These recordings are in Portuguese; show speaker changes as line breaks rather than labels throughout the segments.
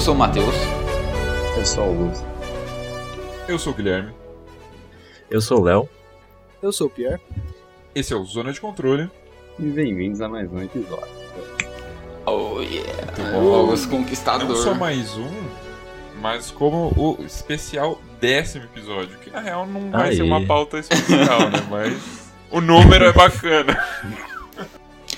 sou o Matheus.
Eu sou o Augusto.
Eu sou o Guilherme.
Eu sou o Léo.
Eu sou o Pierre.
Esse é o Zona de Controle.
E bem-vindos a mais um episódio.
Oh yeah.
Muito
O
bom.
Augusto
Não
Conquistador.
só mais um, mas como o especial décimo episódio. Que na real não vai
Aí.
ser uma pauta especial, né? Mas o número é bacana.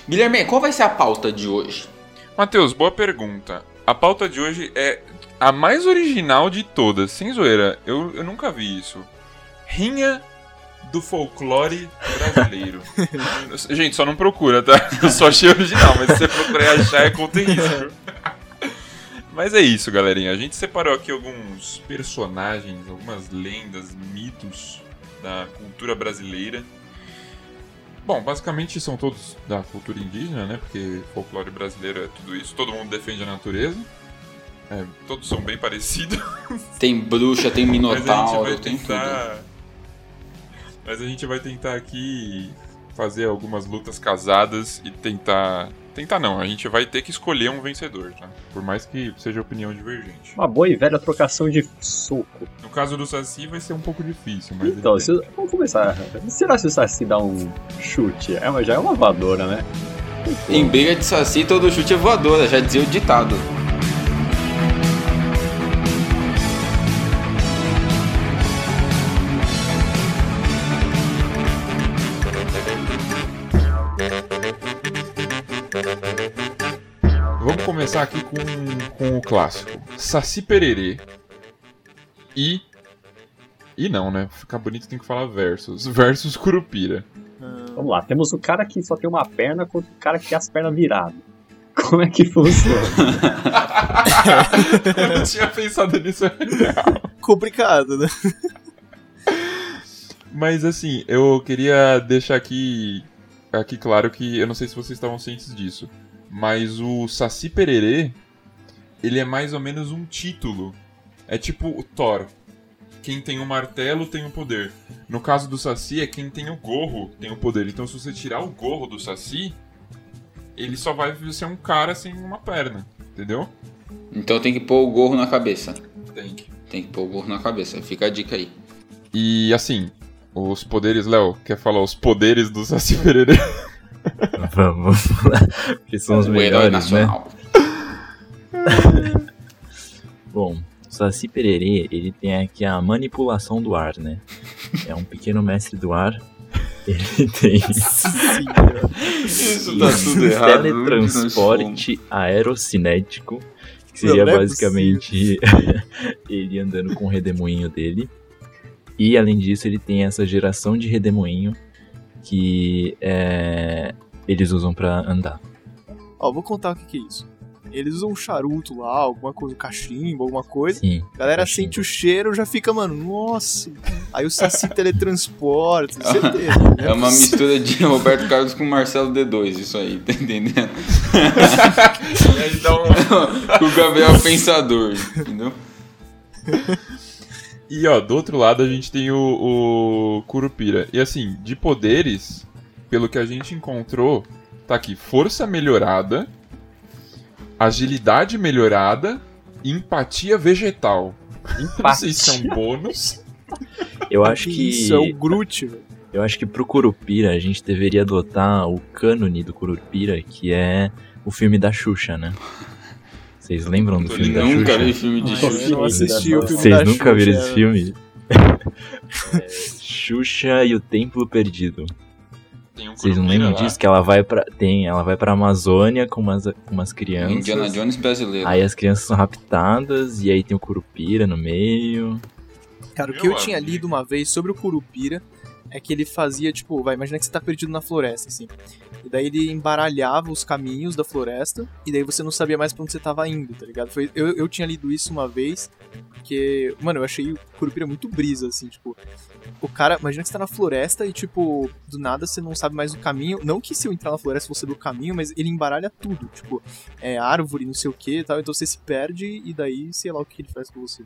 Guilherme, qual vai ser a pauta de hoje?
Matheus, boa pergunta. A pauta de hoje é a mais original de todas. Sem zoeira, eu, eu nunca vi isso. Rinha do folclore brasileiro. Gente, só não procura, tá? Eu só achei original, mas se você procurar e achar é conta em risco. Mas é isso, galerinha. A gente separou aqui alguns personagens, algumas lendas, mitos da cultura brasileira. Bom, basicamente são todos da cultura indígena, né? Porque folclore brasileiro é tudo isso. Todo mundo defende a natureza. É, todos são bem parecidos.
Tem bruxa, tem
Mas a gente vai
minotauro, tem tudo.
tentar. Mas a gente vai tentar aqui fazer algumas lutas casadas e tentar. Tentar não, a gente vai ter que escolher um vencedor, tá? Por mais que seja opinião divergente.
Uma boa e velha trocação de soco.
No caso do Saci vai ser um pouco difícil,
é
mas.
Então,
ele-
se- vamos começar. Será se o Saci dá um chute? É, mas já é uma voadora, né?
Em briga de saci, todo chute é voadora, já dizia o ditado.
Vamos começar aqui com, com o clássico. Saci Pererê e. E não, né? Pra Ficar bonito tem que falar versus. Versus Curupira.
Vamos lá, temos o cara que só tem uma perna contra o cara que tem as pernas viradas. Como é que funciona?
Eu não tinha pensado nisso
Complicado, né?
Mas assim, eu queria deixar aqui, aqui claro que eu não sei se vocês estavam cientes disso, mas o Saci Pererê, ele é mais ou menos um título. É tipo o Thor. Quem tem o martelo tem o poder. No caso do Saci, é quem tem o gorro tem o poder. Então se você tirar o gorro do Saci, ele só vai ser um cara sem uma perna, entendeu?
Então tem que pôr o gorro na cabeça.
Tem que.
Tem que pôr o gorro na cabeça, fica a dica aí.
E assim, os poderes, Léo, quer falar os poderes do Saci Pererê?
Vamos lá, que são os
o herói
melhores, né?
nacional.
Bom, o Saci Pererê, ele tem aqui a manipulação do ar, né? É um pequeno mestre do ar. Ele tem
Isso
tá teletransporte aerocinético, que seria
Não, não é
basicamente ele andando com o redemoinho dele. E além disso, ele tem essa geração de redemoinho que é, eles usam pra andar.
Ó, vou contar o que, que é isso. Eles usam um charuto lá, alguma coisa, um cachimbo, alguma coisa.
Sim.
A galera
Cachimbo.
sente o cheiro, já fica, mano, nossa. Aí o Saci teletransporta, certeza. né?
É uma mistura de Roberto Carlos com Marcelo D2, isso aí, tá entendendo?
Aí dá um-
com o Gabriel Pensador, entendeu?
E ó, do outro lado a gente tem o, o Curupira. E assim, de poderes, pelo que a gente encontrou, tá aqui: força melhorada, agilidade melhorada e empatia vegetal. Não sei se é um bônus.
Eu acho que.
Isso é o Groot, velho.
Eu acho que pro Curupira a gente deveria adotar o cânone do Curupira, que é o filme da Xuxa, né? Vocês lembram do
Tô
filme da
ligado.
Nunca
Xuxa?
vi filme de
Ai,
Xuxa.
eu não assisti o filme
Vocês
da
nunca viram
Xuxa,
esse filme?
né?
É, Xuxa e o Templo Perdido.
Tem um
Vocês não
Curupira
lembram
lá.
disso? Que ela vai pra. Tem, ela vai pra Amazônia com umas, com umas crianças.
Indiana Jones brasileiro.
Aí as crianças são raptadas e aí tem o Curupira no meio.
Cara, o que eu
Eu
tinha
acho.
lido uma vez sobre o Curupira é que ele fazia, tipo, vai, imagina que você tá perdido na floresta, assim. E daí ele embaralhava os caminhos da floresta, e daí você não sabia mais pra onde você tava indo, tá ligado? Foi, eu, eu tinha lido isso uma vez, porque, mano, eu achei o Curupira muito brisa, assim, tipo. O cara, imagina que você tá na floresta e, tipo, do nada você não sabe mais o caminho. Não que se eu entrar na floresta você do caminho, mas ele embaralha tudo, tipo, é árvore, não sei o que e tal. Então você se perde e daí sei lá o que ele faz com você.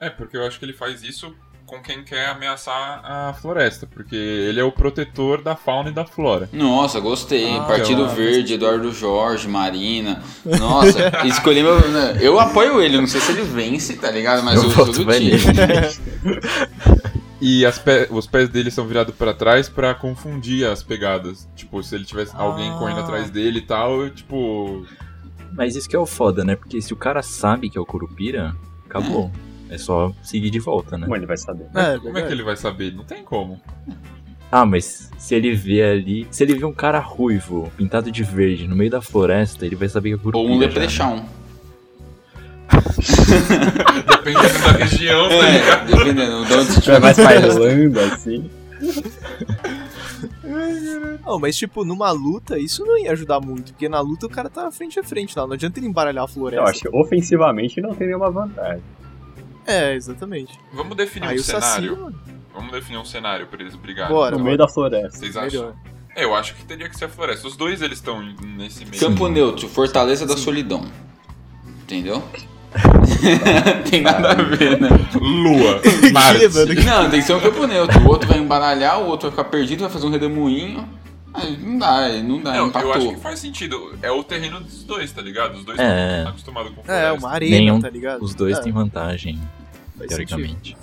É, porque eu acho que ele faz isso com quem quer ameaçar a floresta, porque ele é o protetor da fauna e da flora.
Nossa, gostei.
Ah,
Partido
então,
Verde, Eduardo Jorge, Marina. Nossa, escolhi meu. né, Eu apoio ele, não sei se ele vence, tá ligado? Mas
Eu
eu, sou
voto
do
pra
time.
E as pé- os pés dele são virados pra trás pra confundir as pegadas. Tipo, se ele tivesse alguém
Ah.
correndo atrás dele e tal, eu, tipo.
Mas isso que é o foda, né? Porque se o cara sabe que é o Curupira, acabou. É só seguir de volta, né?
Como ele vai saber?
É,
Como é que ele vai saber? Não tem como.
Ah, mas se ele vê ali. Se ele vê um cara ruivo, pintado de verde, no meio da floresta, ele vai saber que é Curupira.
Ou um
já, né?
leprechaun.
Dependendo da região, tá ligado?
É, dependendo de onde
Vai mais pra Irlanda, assim.
Não, mas tipo, numa luta, isso não ia ajudar muito, porque na luta o cara tá frente a frente lá, não adianta ele embaralhar
Eu
a floresta.
acho que ofensivamente não tem nenhuma vantagem.
É, exatamente.
Vamos definir
Aí
um
Ah, o Saci,
cenário.
mano,
Vamos definir um cenário pra eles brigarem. Então,
Bora.
No meio da floresta.
Vocês acham?
melhor.
É, eu acho que teria que ser a floresta. Os dois eles estão nesse meio.
Campo neutro, Fortaleza da Solidão. Entendeu? tem nada a ver, né?
Lua.
Que, mano,
Marte.
Não, tem que ser um campo neutro. O outro vai embaralhar, o outro vai ficar perdido, vai fazer um redemoinho. Aí não dá, aí não dá,
Não, eu acho
empatou.
que faz sentido. É o terreno dos dois, tá ligado? Os dois estão
É,
acostumados com floresta.
É, uma arena,
Nenhum-
tá ligado?
os dois
é,
têm vantagem,
faz sentido.
teoricamente.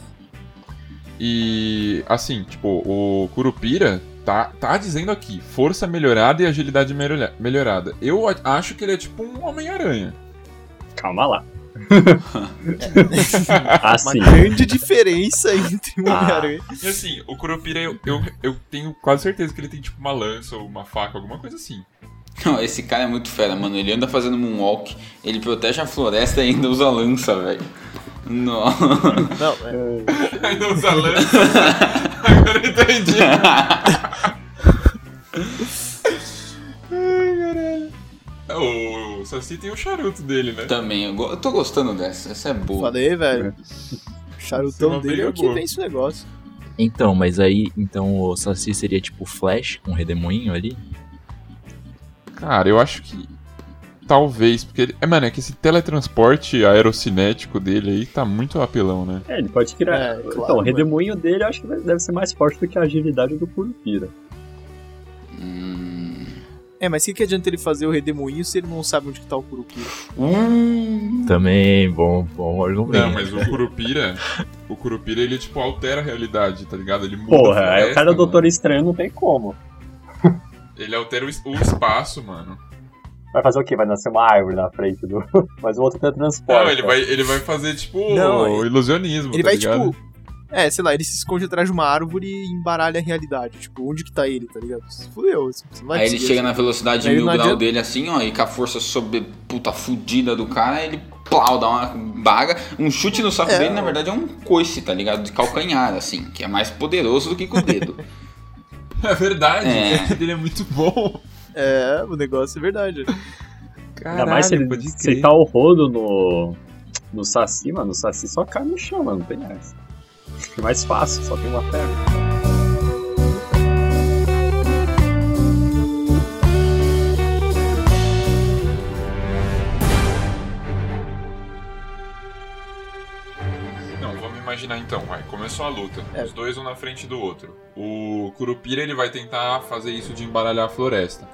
E assim, tipo, o Curupira tá, tá dizendo aqui, força melhorada e agilidade melhora- melhorada. Eu a- acho que ele é tipo um Homem-Aranha.
Calma lá. assim.
Uma grande diferença entre um
Ah.
Homem-Aranha.
E assim, o Curupira, eu, eu, eu tenho quase certeza que ele tem tipo uma lança ou uma faca, alguma coisa assim.
Não, esse cara é muito fera, mano. Ele anda fazendo moonwalk, ele protege a floresta e ainda usa lança, velho. Nossa.
Não, é.
Ainda usa lança. Agora eu entendi. É, O Saci tem o charuto dele, né?
Também, eu, go- eu tô gostando dessa. Essa é boa.
Falei, velho. O
Isso é
charutão
uma
dele é
briga
o que
boa.
vence o negócio.
Então, mas aí, então o Saci seria tipo Flash com redemoinho ali?
Cara, eu acho que. Talvez, porque. ele- É, mano, é que esse teletransporte aerocinético dele aí tá muito apelão, né?
É, ele pode criar.
É, claro,
então, o
mano.
redemoinho dele eu acho que deve ser mais forte do que a agilidade do Curupira.
Hum.
É, mas o que, que adianta ele fazer o redemoinho se ele não sabe onde que tá o Curupira?
Hum.
Também, bom, bom argumento.
Não, mas o Curupira. o Curupira, ele, tipo, altera a realidade, tá ligado? Ele muda.
Porra,
a
aí
floresta,
o cara do
mano.
Doutor Estranho não tem como.
Ele altera o, es- o espaço, mano.
Vai fazer o quê? Vai nascer uma árvore na frente do. Mas o outro tem transporte.
Não, ele vai, ele vai fazer, tipo,
Não,
o
ele-
ilusionismo.
Ele
tá
vai,
ligado?
tipo. É, sei lá, ele se esconde atrás de uma árvore e embaralha a realidade. Tipo, onde que tá ele, tá ligado? Fudeu, você não vai
Aí ele
conseguir,
chega na velocidade
Aí
mil
não
grau
adianta-
dele assim, ó, e com a força sobre puta fudida do cara, ele plau, dá uma baga. Um chute no saco
É,
dele, na
ó.
verdade, é um coice, tá ligado? De calcanhar, assim, que é mais poderoso do que com o dedo.
É verdade,
É.
o ele é muito bom.
É, o negócio é verdade.
Caralho,
Ainda mais se ele
pode crer.
aceitar o rodo no. No Saci, mano. O Saci só cai no chão, mano. Não tem essa. Fica é mais fácil, só tem uma perna.
Não, vamos imaginar então, vai. Começou a luta.
É.
Os dois um na frente do outro. O Curupira ele vai tentar fazer isso de embaralhar a floresta.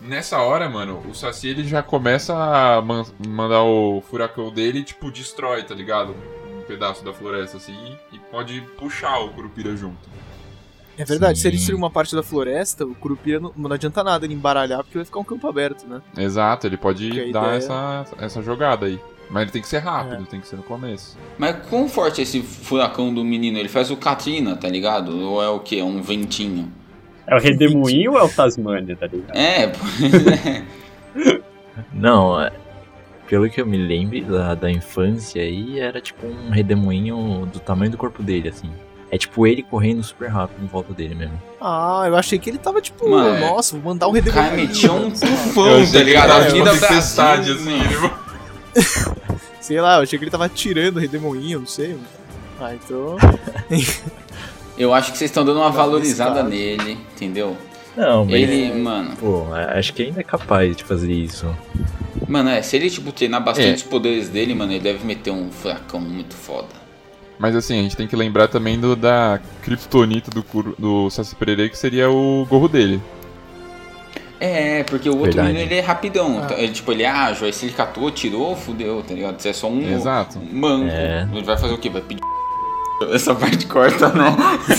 Nessa hora, mano, o Saci ele já começa a man- mandar o furacão dele, tipo, destrói, tá ligado? Um pedaço da floresta assim e pode puxar o Curupira junto.
É verdade, se ele
Sim.
destruir uma parte da floresta, o Curupira não, não adianta nada ele embaralhar, porque vai ficar um campo aberto, né?
Exato, ele
Que
pode
a
dar
ideia- é
essa, essa jogada aí. Mas ele tem que ser rápido, tem que ser no começo.
Mas quão forte é esse furacão do menino? Ele faz o Katrina, tá ligado? Ou é o quê? É um ventinho?
É o redemoinho ou é o Tasmania, tá ligado?
É, pois é.
Não, é- pelo que eu me lembro da, da infância aí, era tipo um redemoinho do tamanho do corpo dele, assim. É tipo ele correndo super rápido em volta dele mesmo.
Ah, eu achei que ele tava tipo,
Mano, é.
nossa, vou mandar um
O
redemoinho.
cara metia um
Eu
tufão,
achei
tá
que
ligado?
tava
A vida
uma tempestade,
tempestade,
assim, ele-
Sei lá, eu achei que ele tava tirando o redemoinho, não sei. mano. Ah, então.
Eu acho que vocês estão dando uma valorizada
Tempestade.
nele, entendeu?
Não, mas.
Ele, mano,
Pô, a- acho que ainda é capaz de fazer isso.
É. mano, é, se ele, tipo, treinar bastante os poderes dele, mano, ele deve meter um furacão muito foda.
Mas assim, a gente tem que lembrar também do, da criptonita do, Kuro- do Saci Pererê, que seria o gorro dele.
É, porque o outro
Verdade.
menino ele é rapidão.
Ah.
tá- Ele, tipo, ele é ágil, aí se ele catou, tirou, fudeu, tá ligado? Você é só um
Exato.
mango.
É.
Ele vai fazer o quê? Vai pedir. Essa parte corta, não.
Nossa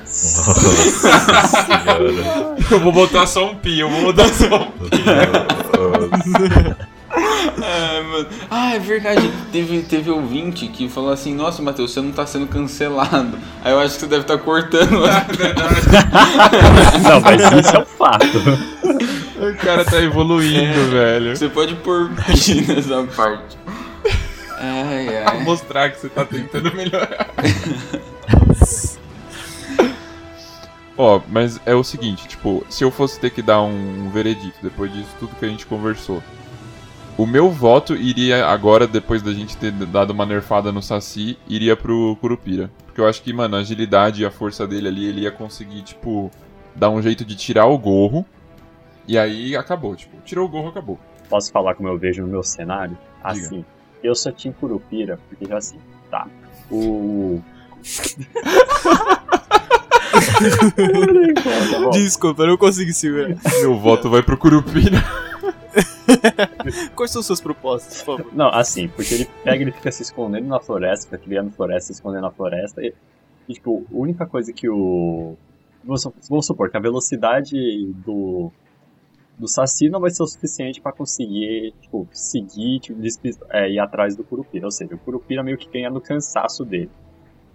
senhora.
Eu vou botar só um pi, eu vou botar só um
É, mano. Ah, é verdade. Teve, teve ouvinte que falou assim: Nossa, Matheus, você não tá sendo cancelado. Aí eu acho que você deve estar cortando.
Não, mas isso é um fato.
O cara tá evoluindo, velho.
você pode pôr pi nessa parte. Ai,
Pra
ai.
mostrar que você tá tentando melhorar. Ó, mas é o seguinte, tipo, se eu fosse ter que dar um, um veredito depois disso tudo que a gente conversou, o meu voto iria agora, depois da gente ter dado uma nerfada no Saci, iria pro Curupira. Porque eu acho que, mano, a agilidade e a força dele ali, ele ia conseguir, tipo, dar um jeito de tirar o gorro. E aí acabou, tipo, tirou o gorro, acabou.
Posso falar como eu vejo no meu cenário?
Diga.
Assim, eu só tinha Curupira, porque assim, tá. O. Tá bom.
Desculpa, eu não consegui segurar.
Meu voto vai pro Curupira.
Quais são suas propostas, por favor?
Não, assim, porque ele pega ele fica se escondendo na floresta, fica criando floresta, se escondendo na floresta. E, e, tipo, a única coisa que o. Vamos, su- vamos supor que a velocidade do. Do Saci não vai ser o suficiente pra conseguir, tipo, seguir tipo, despi- é, ir atrás do Curupira. Ou seja, o Curupira meio que ganha no cansaço dele.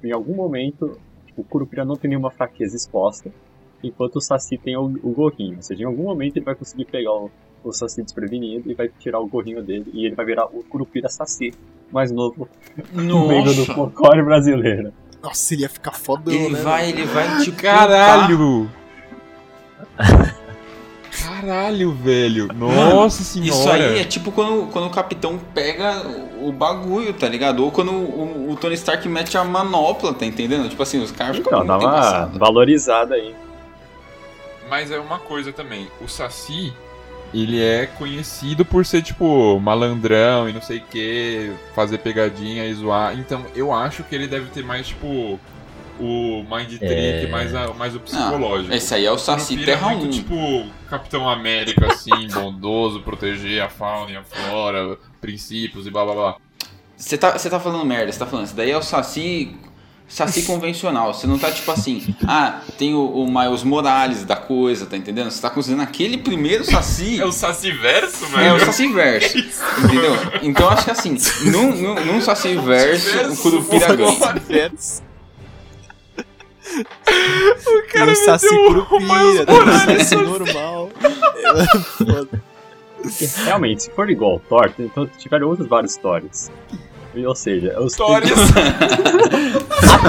Em algum momento, tipo, o Curupira não tem nenhuma fraqueza exposta, enquanto o Saci tem o, o gorrinho. Ou seja, em algum momento ele vai conseguir pegar o, o Saci desprevenido e vai tirar o gorrinho dele e ele vai virar o Curupira Saci, mais novo membro do
Nossa.
folclore brasileiro.
Nossa, ele ia ficar fodão,
Ele
né?
vai, ele
Ah,
vai, tipo.
Caralho! Caralho, velho! Nossa senhora!
Isso aí é tipo quando, quando o capitão pega o o bagulho, tá ligado? Ou quando o, o Tony Stark mete a manopla, tá entendendo? Tipo assim, os caras ficam
Então, dá
muito
uma
embaçados.
valorizada aí.
Mas é uma coisa também, o Saci, ele é conhecido por ser, tipo, malandrão e não sei o que, fazer pegadinha e zoar. Então, eu acho que ele deve ter mais, tipo, o mind trick,
É.
mais, a- mais o psicológico.
Esse aí é o Saci
Curupira é
Terra 1.
muito, tipo, Capitão América, assim, bondoso, proteger a fauna e a flora, princípios e blá blá blá.
Você tá, você tá falando merda, você tá falando. Isso daí é o Saci. Saci convencional. Você não tá tipo assim, ah, tem o, o Miles Morales da coisa, tá entendendo? Você tá considerando aquele primeiro Saci.
É o Saci verso, velho?
É o Saciverso, entendeu? Então acho que assim, num, num, num Saciverso, o Curupira ganha.
Yes.
O cara
e o Saci
meteu o Miles
Curupira, tá
Morales.
ligado? normal. Foda.
Porque, realmente, se for igual ao Thor, então tiveram outros vários Thores. E, Ou seja, os
Histórias.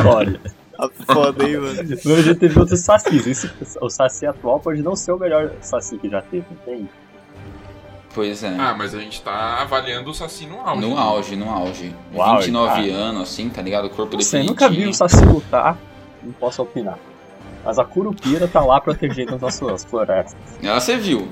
Thores.
Ah, Foda, hein, mano.
Mas já teve outros Sacis. Esse, o Saci atual pode não ser o melhor Saci que já teve, entende?
Pois é.
Ah, mas a gente tá avaliando o Saci no auge.
No auge, no auge.
Uau,
29
cara.
anos, assim, tá ligado? O corpo
Não sei,
definido.
nunca vi o Saci lutar, não posso opinar. Mas a Curupira tá lá protegendo as nossas florestas.
Ela você viu.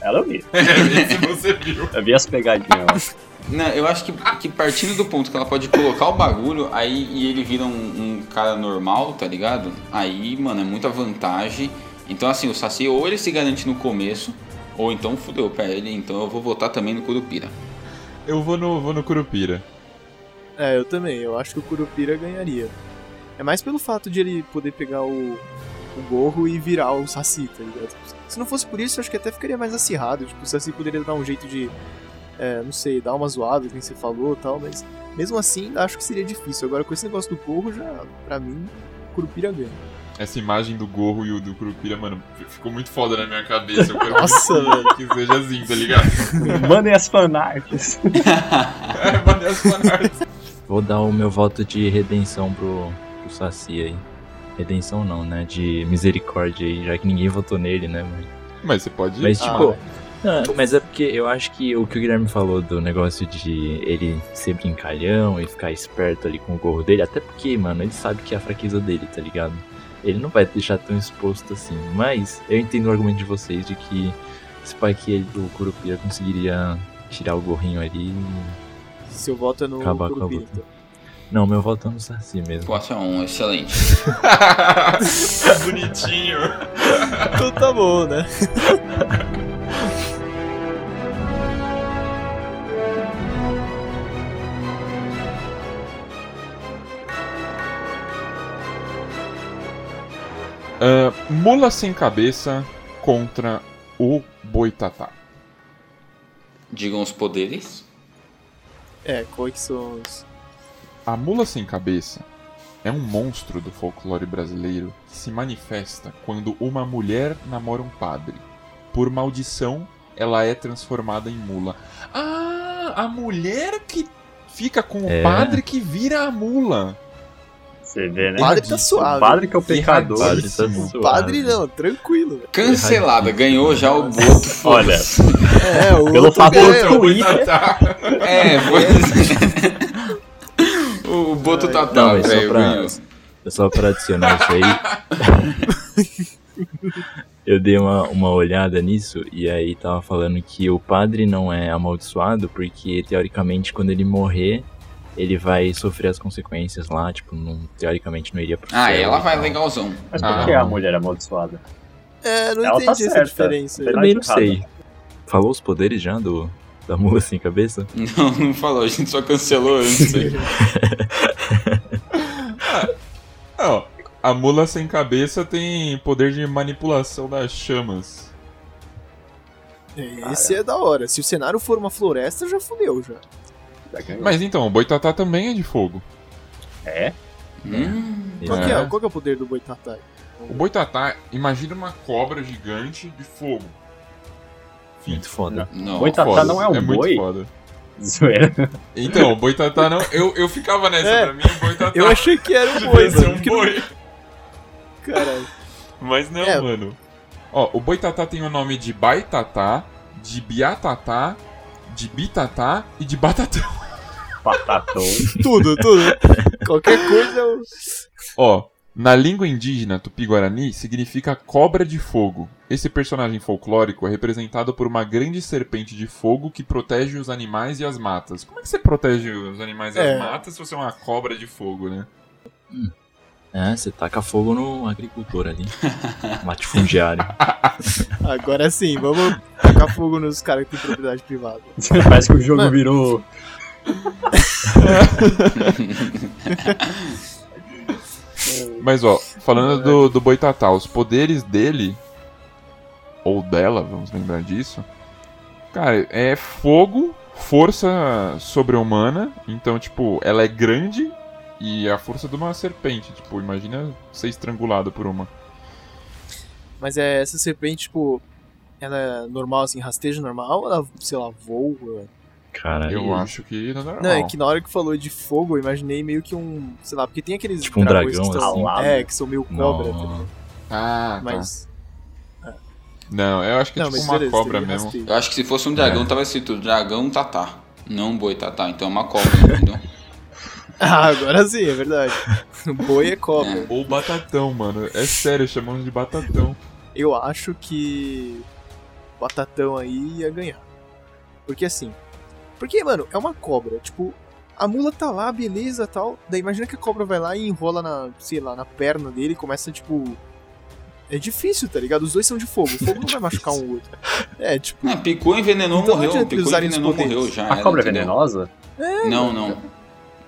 Ela eu vi.
É, Esse você viu.
Eu vi as pegadinhas lá.
Não, eu acho que, que partindo do ponto que ela pode colocar o bagulho aí e ele vira um, um cara normal, tá ligado? Aí, mano, é muita vantagem. Então, assim, o Saci ou ele se garante no começo, ou então fudeu pra ele. Então eu vou votar também no Curupira.
Eu vou no, vou no Curupira.
É, eu também. Eu acho que o Curupira ganharia. É mais pelo fato de ele poder pegar o, o gorro e virar o Saci, tá ligado? Se não fosse por isso, eu acho que até ficaria mais acirrado. Tipo, o Saci poderia dar um jeito de, é, não sei, dar uma zoada, como você falou e tal, mas mesmo assim, acho que seria difícil. Agora, com esse negócio do gorro, já, pra mim, o Curupira ganha.
Essa imagem do gorro e o do Curupira, mano, f- ficou muito foda na minha cabeça. Eu quero
Nossa,
muito que, que seja assim, tá ligado?
Mandem as fanarts.
É, mandei as fanarts.
Vou dar o meu voto de redenção pro, pro Saci aí. Redenção não, né? De misericórdia aí, já que ninguém votou nele, né, mano?
Mas você pode ir.
Mas
Ah,
tipo. ah, mas é porque eu acho que o que o Guilherme falou do negócio de ele ser brincalhão e ficar esperto ali com o gorro dele, até porque, mano, ele sabe que é a fraqueza dele, tá ligado? Ele não vai deixar tão exposto assim. Mas eu entendo o argumento de vocês de que esse pai que do Curupira conseguiria tirar o gorrinho ali e
Seu voto é no
acabar com a
Curupira.
luta. Não, meu voto é no Saci mesmo.
4x1, excelente.
Bonitinho.
Então tá bom, né?
Ah, mula sem cabeça contra o Boitatá.
Digam os poderes.
É, qual é que são os.
A mula sem cabeça é um monstro do folclore brasileiro que se manifesta quando uma mulher namora um padre. Por maldição, ela é transformada em mula. Ah, a mulher que fica com o
É.
padre que vira a mula.
Você vê, né?
O padre tá suave.
O padre que é o
O
pecador.
padre tá
Sim.
suave.
Padre não, tranquilo. velho.
Cancelada, ganhou já o boto.
Olha,
É, o
pelo
outro
fator
ganhou.
Twitter.
É, pois é. O boto
Não,
tatá,
mas só
velho,
pra,
ganhou.
só pra adicionar isso aí. Eu dei uma, uma olhada nisso e aí tava falando que o padre não é amaldiçoado porque, teoricamente, quando ele morrer, ele vai sofrer as consequências lá, tipo, não- teoricamente não iria pro
Ah,
céu
ela
e
vai
tal.
legalzão.
Mas
Ah.
por que é a mulher amaldiçoada?
É, não
Ela tá
entendi essa
certa.
diferença. aí.
Eu também não sei. Falou os poderes já do, da mula sem cabeça?
Não, não falou, a gente só cancelou antes. aí.
Não, a mula sem cabeça tem poder de manipulação das chamas.
tá
É, Esse é da hora. Se o cenário for uma floresta, já fudeu já.
Já ganhou.
Mas então, o Boitatá também é de fogo.
É?
Hum,
Qual, que
É.
é? Qual que é o poder do Boitatá?
O Boitatá, imagina uma cobra gigante de fogo.
Muito foda.
não.
Boitatá
Foda,
não é um
é muito
boi?
foda.
Zoeira.
Então, o Boitatá não. Eu, eu ficava nessa,
É,
pra mim o Boitatá
Eu achei que era um boi,
devia ser
mano.
um
porque não-
boi.
Caralho.
Mas não,
É.
mano. Ó, o Boitatá tem o nome de Baitatá, de Biatatá, de Bitatá e de Batatá.
Patatão.
Tudo, tudo. Qualquer coisa eu.
Ó, na língua indígena tupi-guarani significa cobra de fogo. Esse personagem folclórico é representado por uma grande serpente de fogo que protege os animais e as matas. Como é que você protege os animais e
É.
as matas se você é uma cobra de fogo, né?
É, você taca fogo no agricultor ali. Latifundiário.
Agora sim, vamos tacar fogo nos caras que têm propriedade privada.
Parece que o jogo
Mano.
virou.
Mas ó,
É.
falando do, do Boitatá, os poderes dele, ou dela, vamos lembrar disso, cara, é fogo, força sobre-humana, então, tipo, ela é grande e é a força de uma serpente, tipo, imagina ser estrangulado por uma.
Mas é, essa serpente, tipo, ela é normal, assim, rasteja normal? Ou ela, sei lá, voa?
Caralho.
Eu acho que não é normal.
Não, é que na hora que falou de fogo, eu imaginei meio que um. Sei lá, porque tem aqueles.
Tipo um
dragões
dragão,
que são,
assim. Ah, lá,
É, que são meio cobra. tá ligado?
Não.
Ah, tá.
Mas.
Não, eu acho que é
Não,
tipo
mas
uma
beleza, assim.
cobra
tem
mesmo.
rastejo.
Eu acho que se fosse um dragão,
É.
tava escrito dragão tatá. Não boi tatá, então é uma cobra, entendeu?
Ah, agora sim, é verdade. O boi é cobra.
Ou batatão, mano. É sério, chamamos de batatão.
Eu acho que o Batatão aí ia ganhar. Porque assim. Porque, mano, é uma cobra. Tipo, a mula tá lá, beleza tal. Daí imagina que a cobra vai lá e enrola na, sei lá, na perna dele e começa, tipo. É difícil, tá ligado? Os dois são de fogo. O fogo não vai machucar um outro. É, tipo,
Não, picou, envenenou,
Então, onde é
morreu.
que
Picou,
usarem os
envenenou,
poderes?
morreu já.
A
era,
cobra é
entendeu?
venenosa?
Não, não.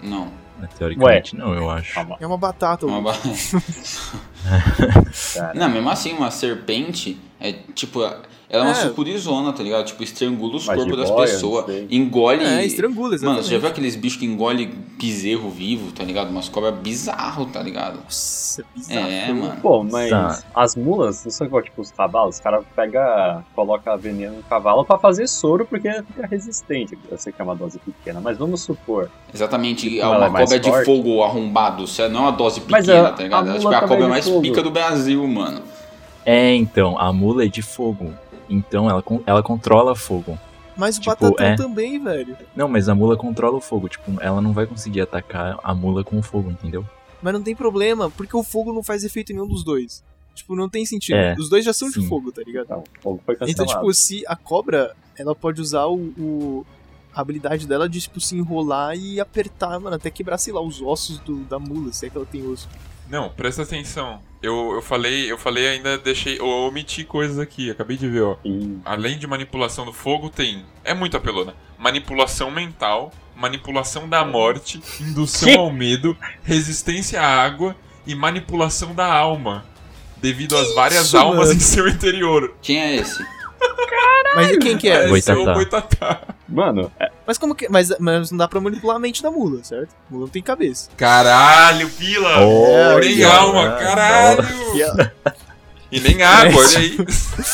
Não.
é, Teoricamente não, eu acho.
Calma.
é uma batata.
É uma ba-
Cara.
Não, mesmo assim, uma serpente é tipo. Ela é uma
É.
sucurizona, tá ligado? Tipo, estrangula os
Uma
corpos das
jiboia, não
pessoas.
sei.
Engole.
É, estrangula,
Mano, você já
exatamente.
viu aqueles bichos que engole bezerro vivo, tá ligado? Umas cobras bizarro, tá ligado?
Nossa, bizarro.
É, mano.
Pô, mas
Tá.
as mulas, não são igual tipo os cavalos, os caras pegam, colocam veneno no cavalo pra fazer soro porque ela fica resistente. Eu sei que é uma dose pequena, mas vamos supor.
Exatamente,
Tipo, ela
uma
é mais
cobra de
forte.
fogo arrombado, isso é- não é uma dose pequena,
Mas a-
tá ligado?
a
Ela,
mula
tipo, é a
também
cobra
é de
mais
fogo.
pica do Brasil, mano.
É, então, a mula é de fogo. Então ela, con- ela controla fogo.
Mas o
Tipo,
Batatão
é.
também, velho.
Não, mas a mula controla o fogo. Tipo, ela não vai conseguir atacar a mula com o fogo, entendeu?
Mas não tem problema, porque o fogo não faz efeito em nenhum dos dois. Tipo, não tem sentido.
É,
Os dois já são de
sim.
fogo, tá ligado?
Então, o fogo foi
Então,
cancelado.
tipo, se a cobra, ela pode usar o, o, a habilidade dela de, tipo, se enrolar e apertar, mano, até quebrar, sei lá, os ossos do, da mula, se é que ela tem osso.
Não, presta atenção. Eu, eu falei, eu falei ainda, deixei. Eu omiti coisas aqui, acabei de ver, ó.
Sim.
Além de manipulação do fogo, tem. É muito apelona. Manipulação mental, manipulação da morte, indução
Que?
ao medo, resistência à água e manipulação da alma. Devido às várias
isso,
almas
mano?
em seu interior.
Quem é esse?
Mas e quem que é?
Ué.
Esse é o
Boitatá.
Boitatá.
Mano, é-
Mas como que. Mas, mas não dá pra manipular a mente da mula, certo? A mula não tem cabeça.
Caralho, pila!
Oh, Olha,
nem alma,
mano.
caralho!
E a-
E nem água, olha aí.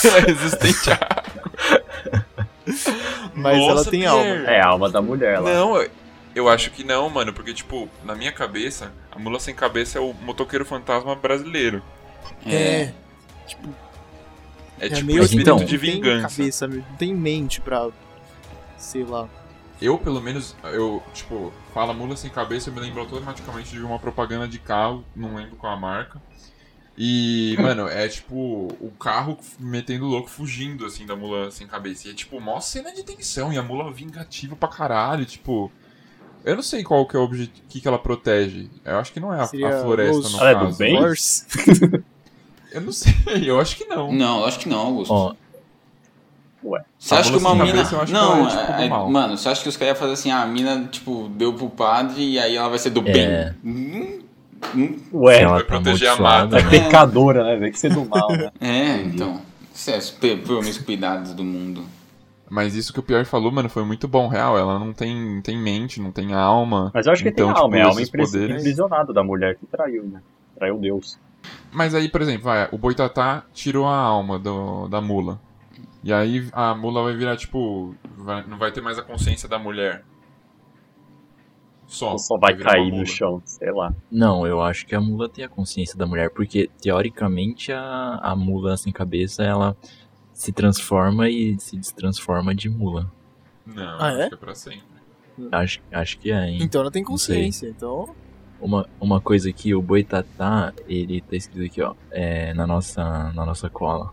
Ela é resistente à água.
Mas ela tem alma.
Pierre.
é a alma da mulher lá.
Não, eu- eu acho que não, mano, porque, tipo, na minha cabeça, a mula sem cabeça é o motoqueiro fantasma brasileiro.
É,
É,
é
tipo
meio
um
Mas
espírito
então-
de
Não
vingança.
tem cabeça, não tem mente pra. Sei lá.
Eu, pelo menos, eu, tipo, fala mula sem cabeça, eu me lembro automaticamente de uma propaganda de carro, não lembro qual a marca. E, mano, é tipo o carro metendo louco, fugindo, assim, da mula sem cabeça. E é tipo, mó cena de tensão, e a mula vingativa pra caralho, tipo. Eu não sei qual que é o objetivo, que, que ela protege. Eu acho que não é a, a
Seria
floresta,
os-
no
Ela é do
caso.
bem?
Horse.
Eu não sei, eu acho que não.
Hum.
Não, eu acho que não, Augusto.
Ó,
Você acha que
Tá
uma
bom, assim,
mina.
cabeça, eu acho que
Não,
ela é, tipo, do
é-
mal.
mano, você acha que os caras iam fazer assim, ah, a mina, tipo, deu pro padre e aí ela vai ser do bem?
É.
Hum, hum,
Ué,
ela
É, vai
tá
proteger a
amaldiçoada,
mata.
né?
É pecadora, né? Vem que você é do mal, né?
é, então. Isso é super promiscuidades do mundo.
Mas isso que o Pierre falou, mano, foi muito bom, real. Ela não tem, tem mente, não tem alma.
Mas eu acho que
Então,
tem alma,
tipo,
é a alma
esses
impris-
poderes-
imprisionada da mulher que traiu, né? Traiu Deus.
Mas aí, por exemplo, vai, o Boitatá tirou a alma do- da mula. E aí a mula vai virar, tipo, vai- não vai ter mais a consciência da mulher. Só.
Ou só vai
virar uma
cair
mula.
no chão, sei lá.
Não, eu acho que a mula tem a consciência da mulher, porque teoricamente a, a mula sem cabeça ela se transforma e se destransforma de mula.
Não,
Ah,
acho
é?
que é pra sempre.
Acho, acho que é, hein?
Então ela tem
sei.
consciência, então.
Uma, uma coisa que o boitatá, ele tá escrito aqui, ó, é, na, nossa, na nossa cola.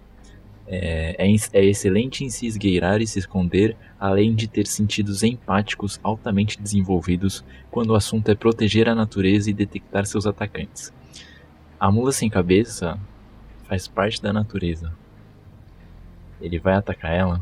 É, é, ins- é excelente em se esgueirar e se esconder, além de ter sentidos empáticos altamente desenvolvidos quando o assunto é proteger a natureza e detectar seus atacantes. A mula sem cabeça faz parte da natureza. Ele vai atacar ela?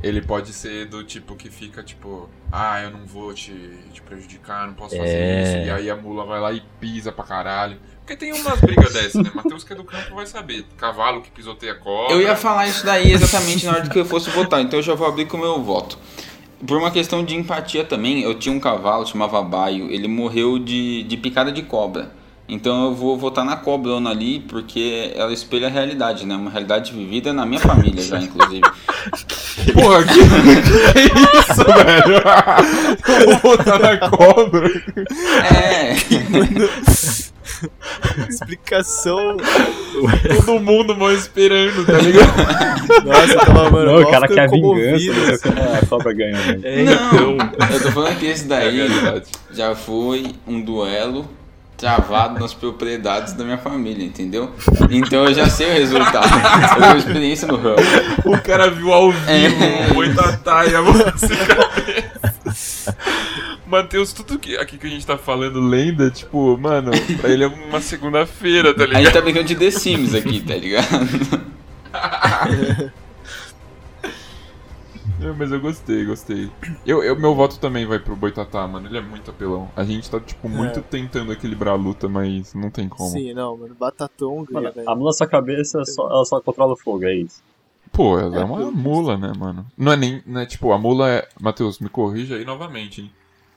Ele pode ser do tipo que fica, tipo, ah, eu não vou te, te prejudicar, não posso fazer
É.
isso. E aí a mula vai lá e pisa pra caralho. Porque tem umas brigas dessas, né? Matheus que é do campo vai saber. Cavalo que pisoteia cobra.
Eu ia falar isso daí exatamente na hora que eu fosse votar, então eu já vou abrir com o meu voto. Por uma questão de empatia também, eu tinha um cavalo, chamava Baio, ele morreu de, de picada de cobra. Então eu vou votar na cobrona ali, porque ela espelha a realidade, né? Uma realidade vivida na minha família já, inclusive.
Porra, que, que isso, velho? Eu vou botar na cobra.
É,
Explicação.
Todo mundo mal esperando, tá ligado?
Nossa, eu tava, mano,
Não, o
mó
cara quer
ficando
vingança,
comovido.
né? O cara- a cobra ganhou. né?
É,
não, eu tô falando que esse
É
daí
verdade.
já foi um duelo travado nas propriedades da minha família, entendeu? Então eu já sei o resultado, eu tenho experiência no ramo.
O cara viu ao vivo
É.
o Boitatá e a mula sem cabeça. Matheus, tudo que, aqui que a gente tá falando lenda, tipo, mano, pra ele é uma segunda-feira, tá
A
ligado?
gente tá brincando de The Sims aqui, tá ligado?
É, mas eu gostei, gostei. Eu, eu, meu voto também vai pro Boitatá, mano. Ele é muito apelão. A gente tá, tipo, muito
É.
tentando equilibrar a luta, mas não tem como.
Sim, não, mano. Batatão ganha,
Mano,
velho.
a mula sua cabeça, é só, ela só controla o fogo, é isso.
Pô, ela é,
É,
uma
pô.
mula, né, mano? Não é nem. Não é, tipo, a mula é. Matheus, me corrija aí novamente, hein?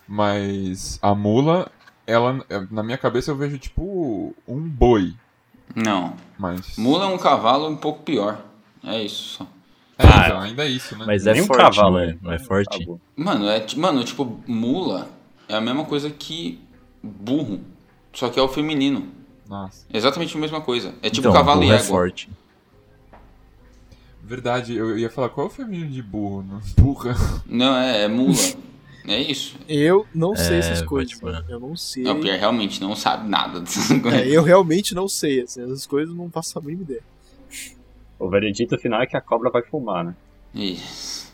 Mas a mula, ela. é, Na minha cabeça eu vejo, tipo, um boi.
Não.
Mas.
Mula é um cavalo um pouco pior. É isso só.
É, então, ainda é isso, né?
Mas é
Nem um
forte,
cavalo.
não é? Não é forte?
Acabou.
Mano, é, ti- mano, tipo, mula é a mesma coisa que burro. Só que é o feminino.
Nossa.
É Exatamente a mesma coisa. É tipo
então,
cavalo e
burro é
égua.
forte.
Verdade, eu ia falar, qual é o feminino de burro? Né? Burra.
Não, é, é mula. É isso.
Eu não
É,
sei essas
vai
coisas,
te mandar.
mano. Eu não sei.
Não, o Pierre realmente não sabe nada dessas
É,
coisas.
eu realmente não sei, assim, essas coisas não faço a mínima ideia.
O veredito final é que a cobra vai fumar, né?
Isso.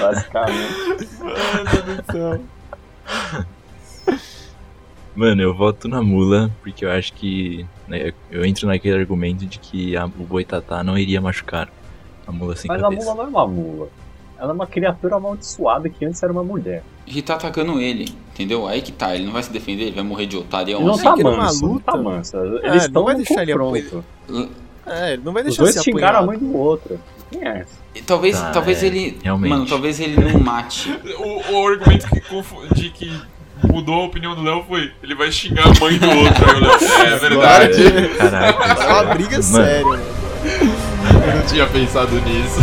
Basicamente.
Mano, eu voto na mula, porque eu acho que. né, eu entro naquele argumento de que a, o boitatá não iria machucar a mula sem
Mas a
cabeça.
mula não é uma mula. Ela é uma criatura amaldiçoada que antes era uma mulher.
E tá atacando ele, entendeu? Aí que tá, ele não vai se defender, ele vai morrer de otário. É
Ele
um
não
sei
tá
que era uma
manso, não
luta.
tá manso.
ele
Eles
Ah, não
estão
vai
no
deixar ele
confronto.
É, ele não vai
Os
deixar
dois
ser
xingaram a
apanhado.
mãe do outro. Quem é? essa?
E Talvez,
Tá,
talvez
é,
ele.
realmente.
Mano, talvez ele não mate.
O, o argumento que confu- de que mudou a opinião do Léo foi: ele vai xingar a mãe do outro. Aí o Léo, é verdade.
É, Caraca.
É uma
cara.
briga
Mano,
séria, mano.
Eu não tinha pensado nisso.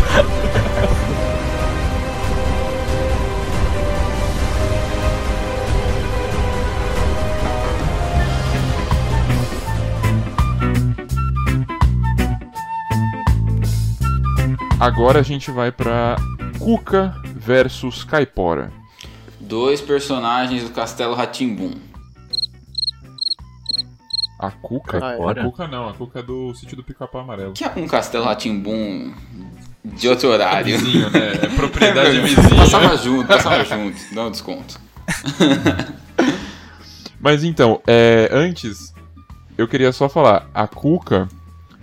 Agora a gente vai pra Cuca versus Caipora.
Dois personagens do Castelo Ratimbum.
A Cuca?
Ah, é.
A
Bora?
Cuca não, a Cuca é do sítio do pica-pau amarelo.
Que é um Castelo Ratimbum de outro horário.
Vizinho, né? É propriedade vizinha.
Passava junto, passava junto. Dá um desconto.
Mas então, é, antes, eu queria só falar, a Cuca,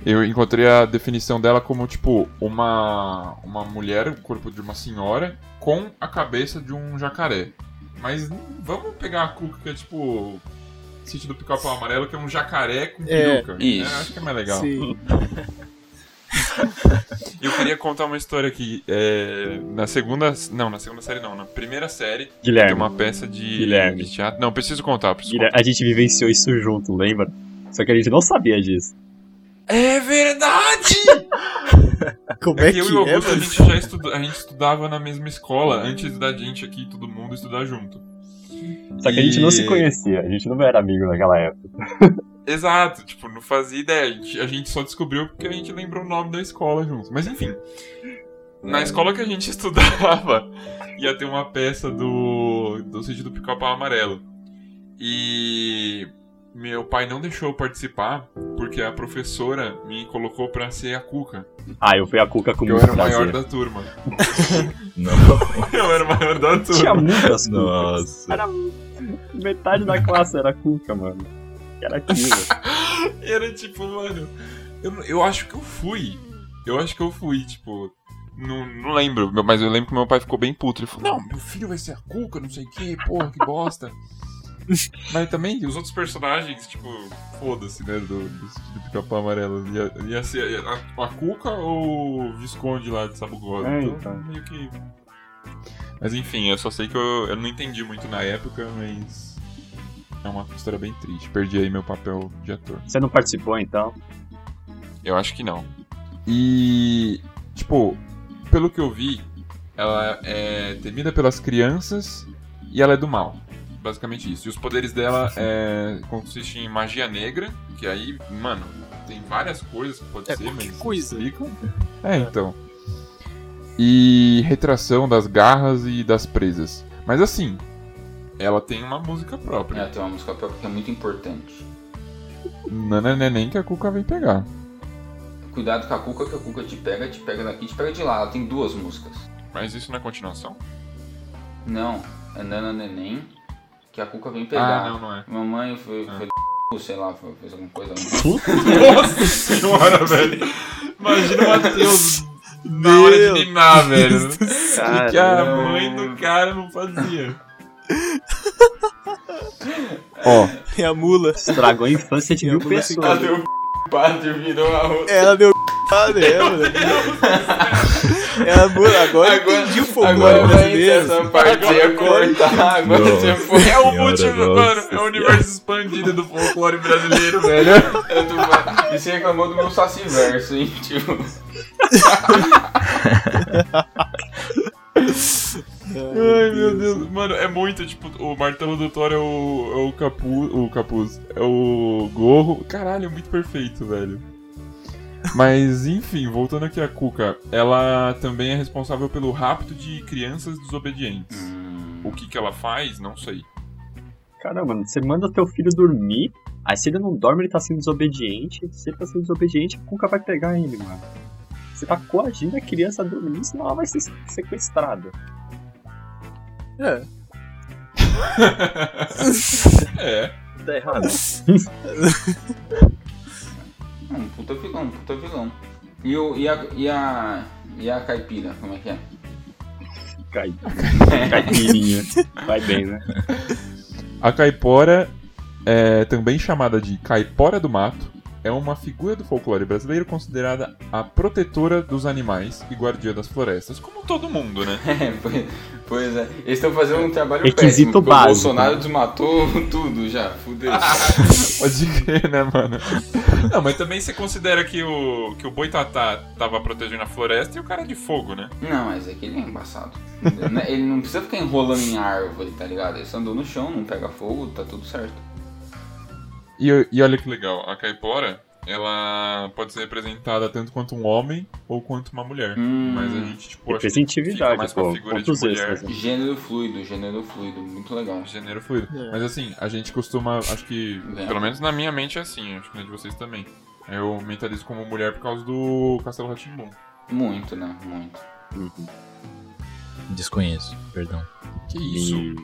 eu encontrei a definição dela como, tipo, uma, uma mulher, o corpo de uma senhora, com a cabeça de um jacaré. Mas vamos pegar a Cuca, que é tipo. Sítio do pica-pau amarelo, que é um jacaré com
É,
peruca.
isso.
É, acho que é mais legal.
Sim.
Eu queria contar uma história aqui. é, na segunda. Não, na segunda série não. Na primeira série, tem
Guilherme.
uma peça de,
Guilherme.
de teatro. Não, preciso contar, preciso
Guilherme, A gente vivenciou isso junto, lembra? Só que a gente não sabia disso.
É verdade!
Como
É
é
que eu e o
que é,
Augusto, a
mano?
gente já estuda, a gente estudava na mesma escola antes da gente aqui, todo mundo, estudar junto.
Só que a gente não se conhecia, a gente não era amigo naquela época.
Exato, tipo, não fazia ideia. A gente, a gente só descobriu porque a gente lembrou o nome da escola junto. Mas enfim, na escola que a gente estudava, ia ter uma peça do, do sítio do pica-pau amarelo. E meu pai não deixou eu participar porque a professora me colocou pra ser a cuca.
Ah, eu fui a Cuca com
Porque eu
muito
era o maior
prazer.
da turma.
Não.
Eu era o maior da turma.
Tinha muitas Cucas.
Nossa.
Metade da classe era Cuca, mano. Era aquilo.
Era tipo, mano. Eu, não- eu acho que eu fui. Eu acho que eu fui, tipo. Não, não lembro, mas eu lembro que meu pai ficou bem puto. Ele falou: Não, meu filho vai ser a cuca, não sei o que, porra, que bosta. mas também os outros personagens, tipo, foda-se, né? Do, do, do pica-pau amarelo. Ia, ia ser a, a cuca ou o Visconde lá de Sabugosa?
É,
então,
então.
meio que. Mas enfim, eu só sei que eu, eu não entendi muito na época, mas. É uma história bem triste. Perdi aí meu papel de ator.
Você não participou então?
Eu acho que não. E, tipo, pelo que eu vi, ela é temida pelas crianças e ela é do mal. Basicamente isso. E os poderes dela é, consistem em magia negra, que aí, mano, tem várias coisas que pode
É,
ser,
qualquer
mas
coisa.
explicam. É, então. E retração das garras e das presas. Mas assim, ela tem uma música
É,
própria.
tem uma música própria que é muito importante.
Não é nem que a Cuca vem pegar.
Cuidado com a Cuca, que a Cuca te pega, te pega daqui, te pega de lá. Ela tem duas músicas.
Mas isso na continuação?
Não, é Nana Neném, que a Cuca vem pegar.
Ah, não, não é.
Mamãe foi,
Ah.
foi sei lá, foi- fez alguma coisa.
Nossa senhora, velho. Imagina o Matheus na hora de ninar, velho. O que é. a mãe do cara não fazia.
Ó,
É a mula.
estragou a infância de
Eu
mil
é,
vou lá
pessoas.
Padre virou a outra.
Ela deu c******, né, mano? Ela mula. Agora eu
Agora-
entendi o folclore
Agora vai
brasileiro.
essa parte ia cortar. Agora
Nossa.
você foi.
É o
Senhora,
último, mano.
nossa
É o
senhora.
universo expandido do folclore brasileiro, velho.
Eu tô falando- E você reclamou do meu saciverso, hein, tipo. tio?
Ai, meu Deus. Mano, é muito, tipo, o martelo do Thor é o, é o capuz. O capuz. É o gorro. Caralho, é muito perfeito, velho. Mas, enfim, voltando aqui a Cuca, ela também é responsável pelo rapto de crianças desobedientes.
Hum,
O que que ela faz, não sei.
Caramba, mano, você manda teu filho dormir, aí se ele não dorme, ele tá sendo desobediente. Se ele tá sendo desobediente, a Cuca vai pegar ele, mano. Você tá coagindo a criança a dormir, senão ela vai ser sequestrada.
É.
É.
Tá errado.
É um puta vilão, um puta vilão. E, o, e, a, e, a, e a caipira, como é que é?
Cai. Caipirinha. Vai bem, né?
A caipora, é, também chamada de caipora do mato, é uma figura do folclore brasileiro considerada a protetora dos animais e guardiã das florestas, como todo mundo, né?
É, pois, pois é. Eles estão fazendo um trabalho péssimo.
Requisito
porque O
básico.
Bolsonaro desmatou tudo já, fudeu.
Pode crer, né, mano? Não, mas também você considera que o, que o Boitatá tava protegendo a floresta e o cara de fogo, né?
Não, mas é que ele é embaçado. Né, ele não precisa ficar enrolando em árvore, tá ligado? Ele só andou no chão, não pega fogo, tá tudo certo.
E, e olha que legal, a caipora, ela pode ser representada tanto quanto um homem ou quanto uma mulher.
Hum.
Mas a gente, tipo, acho que fica
Representatividade,
mais com
pô.
a figura de
Pontos
mulher.
extras. né?
Gênero fluido, gênero fluido, muito legal.
Gênero fluido.
É.
Mas assim, a gente costuma, acho que,
É.
pelo menos na minha mente é assim, acho que na de vocês também. Eu mentalizo como mulher por causa do Castelo Ratimbum.
Muito, né? Muito.
Uhum.
Desconheço, perdão.
Que
E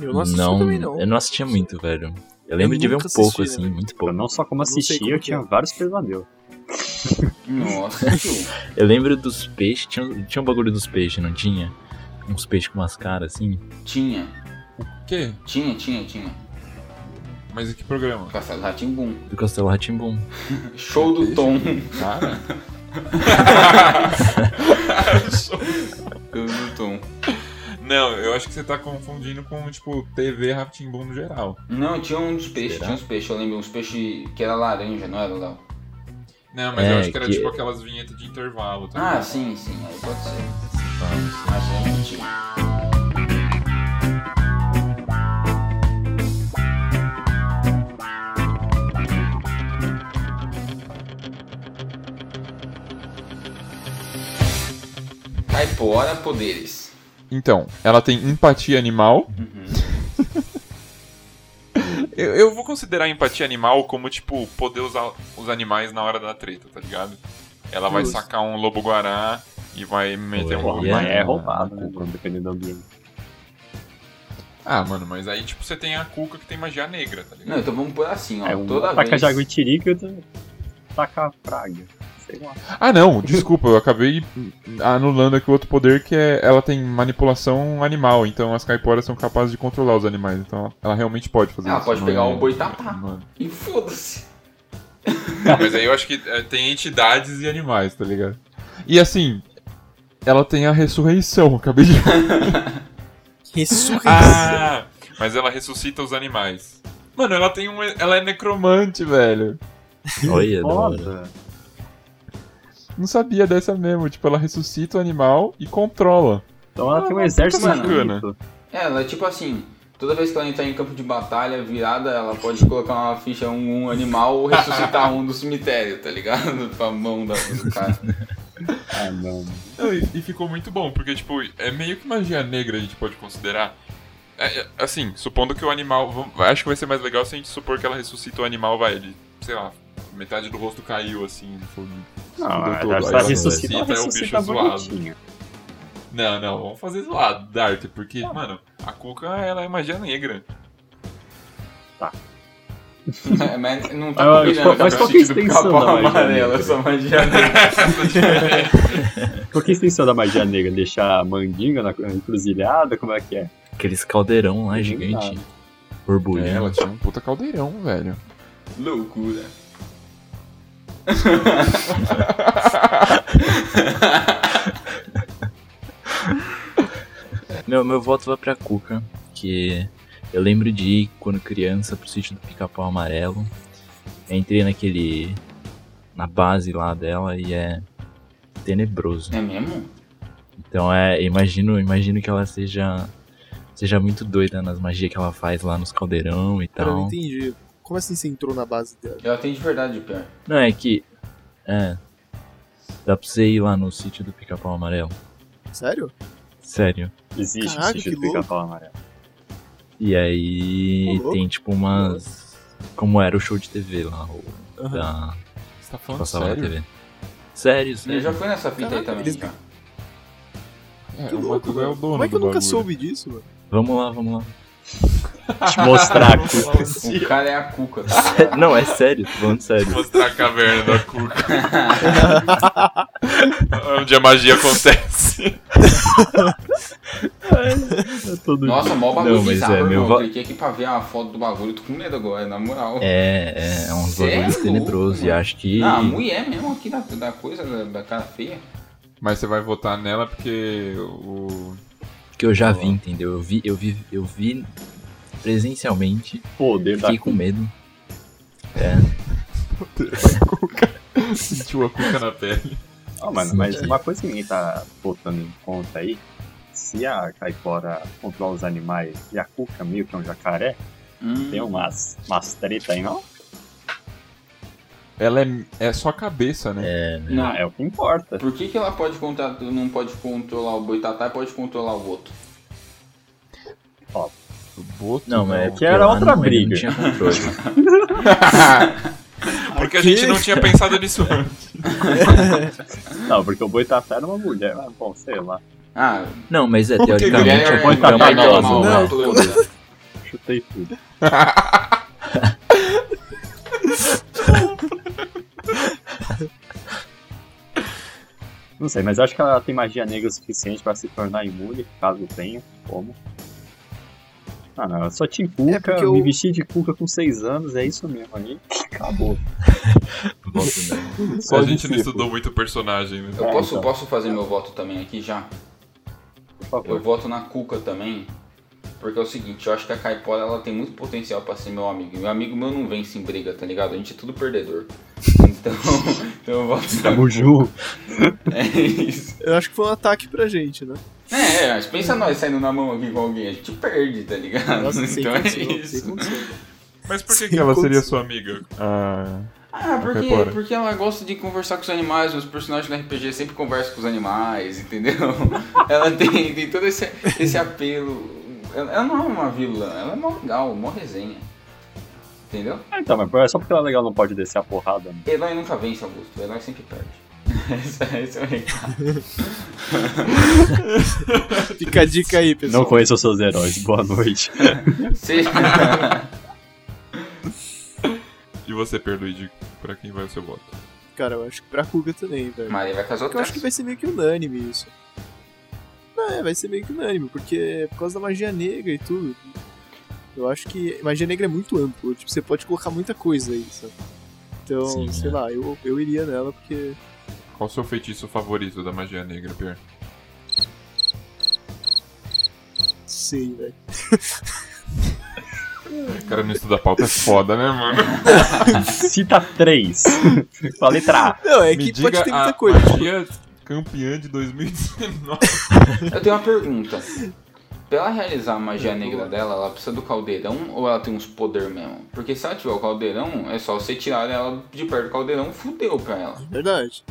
Eu não assisti também, não.
Eu não assistia muito, velho. Eu lembro de ver um
nunca
pouco,
assisti,
assim, muito
eu
pouco.
não só como
Eu não sei
assistia,
como
eu
que
tinha
é.
vários pesadelos.
Nossa, tio.
Eu lembro dos peixes, tinha, tinha um bagulho dos peixes, não tinha? Uns peixes com umas caras, assim.
Tinha,
Hum. Que?
tinha, tinha, tinha.
Mas em que programa?
Castelo Ratimbum.
Do Castelo Ratimbum.
Show do Tom.
Cara.
Show do Tom.
Não, eu acho que você tá confundindo com, tipo, TV Ratimbum no geral.
Não, tinha uns peixes,
Será?
tinha uns peixes, eu lembro, uns peixes que era laranja, não era, Léo?
Não, mas
É,
eu acho que era
que-
tipo aquelas vinhetas de intervalo. Tá
Ah,
ligado?
sim, sim, aí pode ser.
Vamos.
Mas é mentira. Caipora poderes.
Então, ela tem empatia animal.
Uhum.
eu, eu vou considerar a empatia animal como, tipo, poder usar os animais na hora da treta, tá ligado? Ela vai
Justo.
sacar um lobo-guará e vai meter
Ué,
um
Porra,
e é-
mas é roubado, né? Quando dependendo do ambiente.
Ah, mano, mas aí, tipo, você tem a Cuca que tem magia negra, tá
Não,
ligado?
então vamos por assim, ó.
É um
toda
taca
vez.
jaguitirica e outro taca praga. Sei lá.
Ah, não, desculpa, eu acabei anulando aqui o outro poder que é ela tem manipulação animal, então as caiporas são capazes de controlar os animais, então ela, ela realmente pode fazer
Ela
isso.
Ah, pode
não
pegar
é-
o boitatá.
não é-
E foda-se.
Mas aí eu acho que é, tem entidades e animais, tá ligado? E assim, ela tem a ressurreição, acabei de.
Ressurreição.
Ah! Mas ela ressuscita os animais. Mano, ela tem um. Ela é necromante, velho.
Olha,
É
da hora.
Foda.
Não sabia dessa mesmo. Tipo, ela ressuscita o animal e controla.
Então ela
Ah,
tem um
mas
exército
puta
bacana.
infinito.
Ela é tipo assim, toda vez que ela entrar em campo de batalha virada, ela pode colocar uma ficha um, um animal ou ressuscitar um do cemitério, tá ligado? Com a mão da, do cara.
Ah, não.
Não, E, e ficou muito bom, porque, tipo, é meio que magia negra a gente pode considerar. É, é, assim, supondo que o animal. vam- Acho que vai ser mais legal se a gente supor que ela ressuscita o animal, vai, de, sei lá, metade do rosto caiu, assim, foi
Não,
Mudou tudo,
ela
aí
tá
ela
ressuscita, ela
ressuscita, é o bicho
ressuscita
zoado.
bonitinha.
Não, não, vamos fazer zoado, Dart, porque, mano, a Cuca, ela é magia negra.
Mas não
Ah,
tá combinando
mas
com a
qual que é a
justiça porque
extensão
a pau
da magia
amarela,
negra?
essa magia negra.
Qual que é a extensão da magia negra? Deixar a mandinga na encruzilhada? Como é que é?
Aqueles caldeirão lá,
Não
gigante.
dá.
É,
Borbulhando.
ela tinha um puta caldeirão, velho.
Loucura.
Meu, meu voto vai pra Cuca, que eu lembro de ir quando criança pro sítio do Pica-Pau Amarelo. Entrei naquele. na base lá dela e é tenebroso.
É mesmo?
Então é, imagino, imagino que ela seja seja muito doida nas magias que ela faz lá nos caldeirão e
Cara, eu não
tal.
entendi. Como assim você entrou na base dela?
Ela tem de verdade de pior.
Não é que é dá pra você ir lá no sítio do Pica-Pau Amarelo.
Sério?
Sério.
Existe esse
Caraca,
sítio do
que louco.
pica-pau amarelo.
E aí
Ô, louco.
tem tipo umas como era o show de TV lá, o, da
Você tá falando
passava na
sério?
TV. Sério, sério.
Ele já foi nessa fita aí
Caraca,
também.
eles-
cara.
É,
Que
o
louco,
Batuga é o
mano.
dono
Como é que eu
do
nunca
bagulho.
soube disso, mano?
Vamos lá, vamos lá.
Te mostrar coisas.
O cara é a cuca. tá ligado?
Não, é sério, tô falando sério.
Mostrar tá a caverna da cuca. Onde a magia acontece.
Todo
Nossa, mó bagulho
Não, mas
bizarro,
é, meu
irmão.
va-
Eu cliquei aqui pra ver a foto do bagulho, tô com medo agora, na moral.
É, é, é uns
Cê é
bagulhos
louco,
tenebrosos. E
mano.
acho que.
Ah, a mulher mesmo aqui da, da coisa, da, da cara feia.
Mas você vai votar nela porque o.
que eu já vi, entendeu? Eu vi, eu vi, eu vi presencialmente,
poder da
fiquei com medo.
Sentiu a cuca na pele.
Ah, mano,
Sim,
mas
sim.
uma coisa que ninguém tá botando em conta aí, se a Caipora controla os animais e a Cuca meio que é um jacaré,
Hum.
tem um- umas, umas treta aí, não?
Ela é, é só a cabeça, né?
É, né?
Não,
Ah, é o que importa.
Por que, que ela pode contra- não pode controlar o boitatá e pode controlar o outro?
O boto.
Não, mas é porque
era
lá
outra
não- ele
briga.
Não tinha controle.
Ah, Porque a gente não tinha pensado nisso antes.
Não, porque o Boitatá era uma mulher, mas, bom, sei lá,
Ah,
não, mas é
Por que
teoricamente
mulher
a
é
Cuca é
boitatá
uma
e
idosa,
animal?
né?
não, todas.
chutei tudo. Não sei, mas acho que ela tem magia negra o suficiente pra se tornar imune, caso tenha, como. Ah, não, eu só tinha
É
cuca,
porque eu-
me vesti de cuca com 6 anos, é isso mesmo aí. Acabou.
Volta, né?
Só
a
de
gente não
circo,
estudou muito o personagem, né?
Eu
É,
posso,
então.
posso fazer meu voto também aqui já?
Por
Eu
favor.
voto na Cuca também. Porque é o seguinte, eu acho que a Caipora ela tem muito potencial pra ser meu amigo. E Meu amigo meu não vence em briga, tá ligado? A gente é tudo perdedor. Então, então eu voto na
Tamo junto.
É isso.
Eu acho que foi um ataque pra gente, né?
É, é, mas pensa nós saindo na mão aqui com alguém, a gente perde, tá ligado?
sem
então é
condição, sem
isso.
condição.
Mas por que,
Sim,
que ela
com
seria
certeza.
sua amiga? Ah,
Ah, porque,
Caipora.
porque ela gosta de conversar com os animais, os personagens do RPG sempre conversam com os animais, entendeu? ela tem, tem todo esse, esse apelo. Ela, ela não é uma vilã, ela é mó legal, mó resenha. Entendeu?
Ah, então, mas só porque ela é legal não pode descer a porrada. né?
Eloy nunca vence, Augusto. Eloy sempre perde. esse, é- esse é o recado.
Fica a dica aí, pessoal.
Não conheço os seus heróis, boa noite.
Seja...
e você, Perluigi, pra quem vai o seu voto?
Cara, eu acho que pra Kuga também, velho.
Maria vai casar
Porque eu acho que vai ser meio que unânime isso. Não, é, vai ser meio que unânime, porque é por causa da magia negra e tudo. Eu acho que magia negra é muito amplo, tipo, você pode colocar muita coisa aí, sabe? Então,
Sim,
sei
é.
né?
lá, eu, eu iria nela porque.
Qual o seu feitiço favorito da magia negra, Pierre?
sei, velho.
O cara não estuda pauta é foda, né, mano?
Cita três. Com a letra A.
Não, é
Me
que
diga
pode ter
a
muita coisa. tipo,
magia campeã de 2019.
Eu tenho uma pergunta. Pra ela realizar a magia negra dela, ela precisa do caldeirão ou ela tem uns poder mesmo? Porque se ela tiver o caldeirão, é só você tirar ela de perto do caldeirão, fudeu pra ela.
verdade.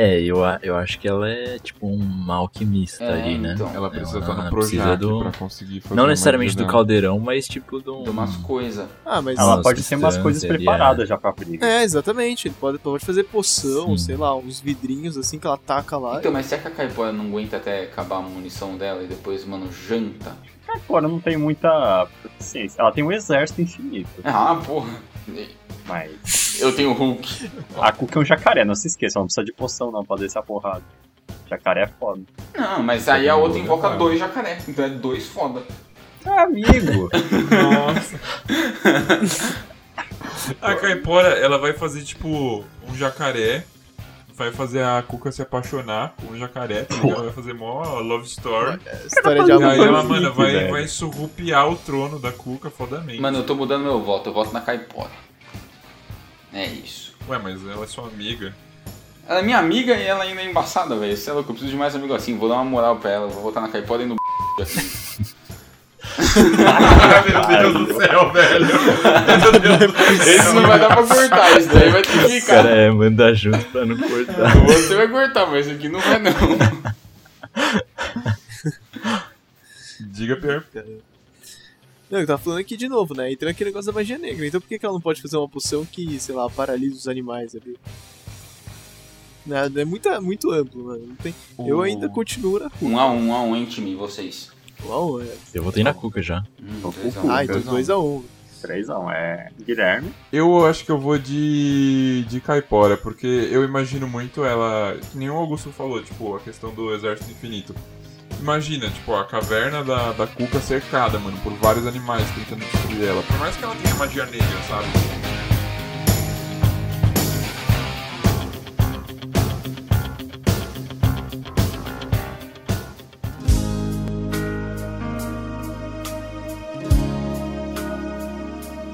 É, eu, a- eu acho que ela é tipo uma alquimista
É,
ali, né?
então.
Ela precisa
Ela
estar no
precisa
Projac
do-
pra conseguir fazer
Não
a
necessariamente
magia
do
dela.
caldeirão, mas tipo de um.
Deu umas coisas.
Ah, mas.
Ela
Nossa,
pode ter umas
estranho,
coisas
seria-
preparadas já pra briga.
É, exatamente. Ele pode, pode fazer poção,
Sim.
sei lá, uns vidrinhos assim que ela taca lá.
Então, mas será que a Caipora não aguenta até acabar a munição dela e depois, mano, janta?
Agora não tem muita proficiência. Ela tem um exército infinito,
Ah, porra.
mas
Eu tenho Hulk.
a Cuca é um jacaré, não se esqueça, não precisa de poção não pra descer a porrada. Jacaré é foda.
Não, mas aí a outra invoca
Cara.
dois jacaré. Então é dois foda.
Ah, amigo!
Nossa. a caipora, ela vai fazer tipo um jacaré. Vai fazer a Cuca se apaixonar por um jacaré, tá ligado? Ela vai fazer mó love story.
História de
E aí
amor.
ela,
bonito,
mano, vai,
velho.
vai surrupiar o trono da Cuca fodamente.
Mano, eu tô mudando meu voto. Eu voto na Caipora. É isso.
Ué, mas ela é sua amiga.
Ela é minha amiga e ela ainda é embaçada, velho. Você é louco, eu preciso de mais amigo assim. Vou dar uma moral pra ela, vou voltar na caipora e no. assim.
Ah,
Meu Deus do céu, velho.
Esse não vai dar pra cortar, isso daí vai ter que
O
ficar.
cara é, manda junto pra não cortar.
Você vai cortar, mas esse aqui não vai não.
Diga, Pierre.
Não, eu tava falando aqui de novo, né? Entrando aquele negócio da magia negra. Então por que, que ela não pode fazer uma poção que, sei lá, paralisa os animais ali? né? É muito, muito amplo, mano. Não tem- Eu ainda continuo na
Um a um, um a um, hein, time? Vocês.
Uau, é.
Eu votei na Cuca já.
Hum,
Tô
dois a
com
um.
Ah, então
dois a um.
2x1.
3x1, é Guilherme.
Eu acho que eu vou de. de caipora, porque eu imagino muito ela. Que nem o Augusto falou, tipo, a questão do exército infinito. Imagina, tipo, a caverna da, da Cuca cercada, mano, por vários animais tentando destruir ela. Por mais que ela tenha magia negra, sabe?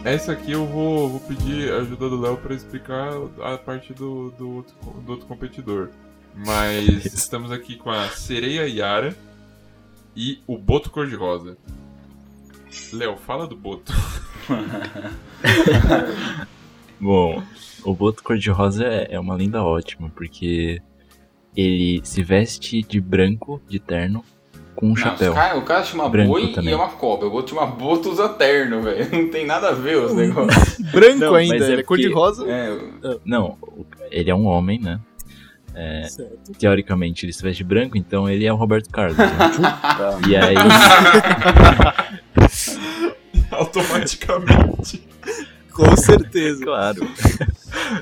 Essa aqui eu vou, vou pedir a ajuda do Léo pra explicar a parte do, do, outro, co- do outro competidor. Mas estamos aqui com a Sereia Yara e o Boto Cor-de-Rosa. Léo, fala do Boto.
Bom, o Boto Cor-de-Rosa é é uma lenda ótima, porque ele se veste de branco, de terno, com um
Não,
chapéu.
os cara- o cara chama
Branco
boi
também.
e é uma cobra. O outro chama boto usa terno, velho. Não tem nada a ver os negócios.
Branco
Não,
ainda,
mas é
ele é cor de
porque-
rosa.
É,
Não, o- ele é um homem, né?
Certo.
Teoricamente ele se veste de branco, então ele é o Roberto Carlos. né?
Tá.
e aí.
Automaticamente.
Com certeza.
Claro.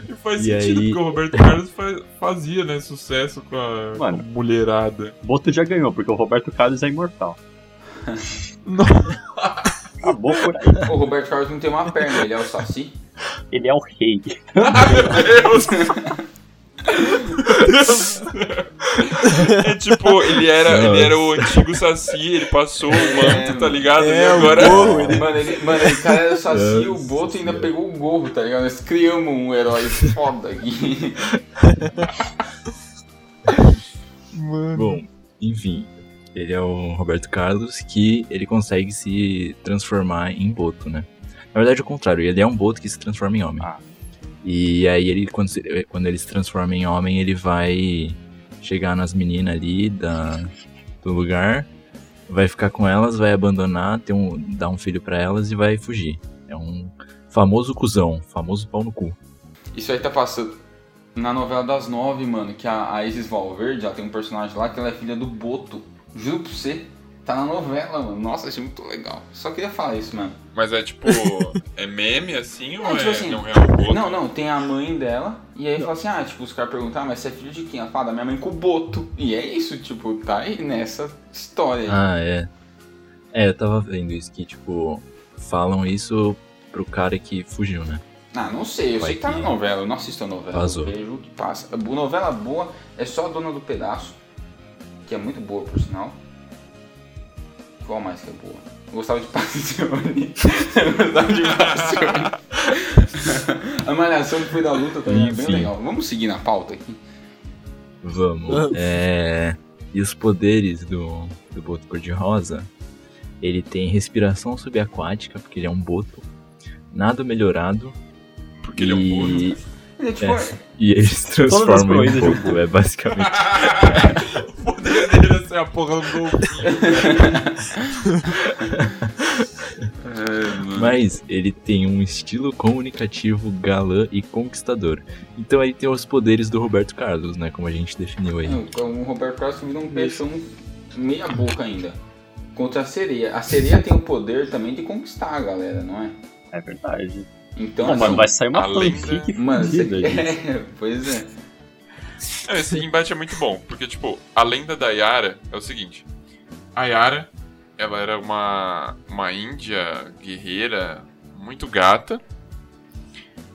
E faz
E
sentido,
aí?
porque o Roberto Carlos fa- fazia, né, sucesso com a, com a
Mano.
mulherada.
Boto já ganhou, porque o Roberto Carlos é imortal.
Não.
Acabou por aí.
o Roberto Carlos não tem uma perna, ele é o Saci.
Ele é o rei.
Deus! Deus. É tipo, ele era, ele era o antigo Saci, ele passou o manto, tá ligado?
É,
e
o
agora.
gorro, ele-
Mano, ele, mano, ele cara era o Saci, o
Nossa
Boto ainda
senhora.
pegou o gorro, tá ligado? Nós criamos um herói foda aqui.
Bom, enfim, ele é o Roberto Carlos que ele consegue se transformar em boto, né? Na verdade, é o contrário, ele é um boto que se transforma em homem.
Ah.
E aí ele quando, se- quando ele se transforma em homem, ele vai chegar nas meninas ali da, do lugar, vai ficar com elas, vai abandonar, ter um, dar um filho pra elas e vai fugir. É um famoso cuzão, famoso pau no cu.
Isso aí tá passando na novela das nove, mano, que a, a Isis Valverde, ela tem um personagem lá que ela é filha do Boto. Juro pra você, tá na novela, mano. Nossa, achei muito legal. Só queria falar isso, mano.
Mas é tipo. É meme assim ou
Não, tipo
é
assim,
é um real boto?
Não, não, tem a mãe dela, e aí fala assim, ah, tipo, os caras perguntam, ah, mas você é filho de quem? Ela fala, da minha mãe com o Boto. E é isso, tipo, tá aí nessa história aí.
Ah, é. É, eu tava vendo isso que, tipo, falam isso pro cara que fugiu, né?
Ah, não sei, eu
Vai
sei que tá na
que-
novela, eu não assisto a novela.
Vazou.
Eu vejo o que passa. A bo- novela boa é só a Dona do Pedaço, que é muito boa, por sinal. Qual mais que é boa? Eu gostava de Passione. eu gostava de Passione. a Malhação que foi da luta também é bem
Enfim.
legal. Vamos seguir na pauta aqui.
Vamos. É... E os poderes do, do Boto Cor-de-Rosa, ele tem respiração subaquática, porque ele é um boto, nada melhorado.
Porque ele é um boto.
e...
Ele é tipo,
É. E ele se
as
transforma em
proezas de um
boto, é basicamente.
o poder dele é ser a porra do golfinho.
É.
Uhum.
Mas ele tem um estilo comunicativo, galã e conquistador. Então aí tem os poderes do Roberto Carlos, né? Como a gente definiu aí.
Não, O Roberto Carlos me dá um peixão meia boca ainda. Contra a sereia. A sereia tem o poder também de conquistar a galera, não é?
É verdade.
Então,
Não, mano,
assim,
vai sair uma
a lenda-
fanfic
mano, você-
fodida, gente.
é, pois é.
Não, esse embate é muito bom, porque, tipo, a lenda da Yara é o seguinte: a Yara, ela era uma, uma índia guerreira muito gata,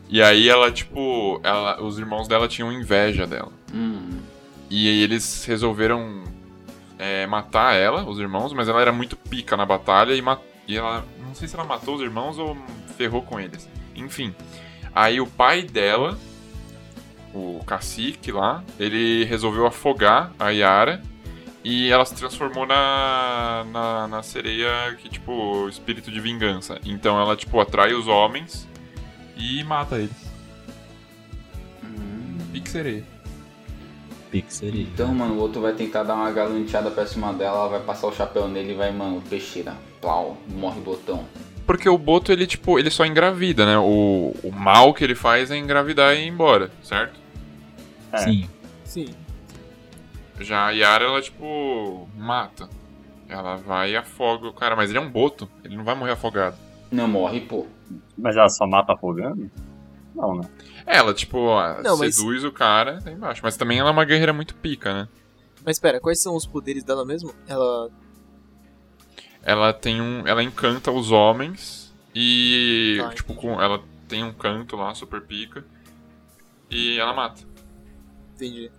e aí ela, tipo, ela, os irmãos dela tinham inveja dela.
Hum.
E aí eles resolveram é, matar ela, os irmãos, mas ela era muito pica na batalha e, ma- e ela. Não sei se ela matou os irmãos ou ferrou com eles. Enfim. Aí o pai dela, o cacique lá, ele resolveu afogar a Yara e ela se transformou na, na, na sereia que, tipo, espírito de vingança. Então ela, tipo, atrai os homens e mata eles. Pique sereia.
Pixar e...
hum. Então, mano, o outro vai tentar dar uma galanteada pra cima dela, ela vai passar o chapéu nele e vai, mano, peixeira. Plau, morre o botão.
Porque o Boto, ele, tipo, ele só engravida, né? O, o mal que ele faz é engravidar e ir embora, certo?
É.
Sim.
Sim.
Já a Yara, ela, tipo, mata. Ela vai e afoga o cara, mas ele é um boto, ele não vai morrer afogado.
Não morre, pô.
Mas ela só mata afogando? Não, né?
Ela, tipo, a-
Não, mas-
seduz o cara tá embaixo. Mas também ela é uma guerreira muito pica, né?
Mas pera, quais são os poderes dela mesmo? Ela.
Ela tem um. Ela encanta os homens e.
Ah,
tipo, com, ela tem um canto lá, super pica. E ela mata.
Entendi.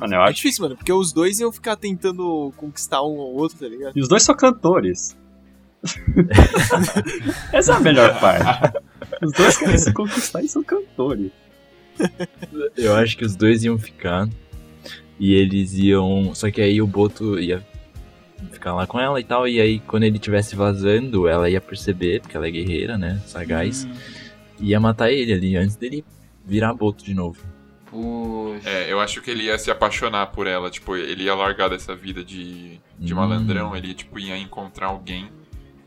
Mano, eu
É
acho.
difícil, mano, porque os dois iam ficar tentando conquistar um ao outro, tá ligado?
E os dois são cantores. Essa é a melhor parte. Os dois querem se conquistar e são cantores.
Eu acho que os dois iam ficar. E eles iam. Só que aí o Boto ia ficar lá com ela e tal. E aí quando ele estivesse vazando, ela ia perceber, porque ela é guerreira, né?
Uhum.
Sagaz. E ia matar ele ali antes dele virar Boto de novo.
Puxa.
É, eu acho que ele ia se apaixonar por ela. Tipo, ele ia largar dessa vida de, de
Hum.
malandrão. Ele, tipo, ia encontrar alguém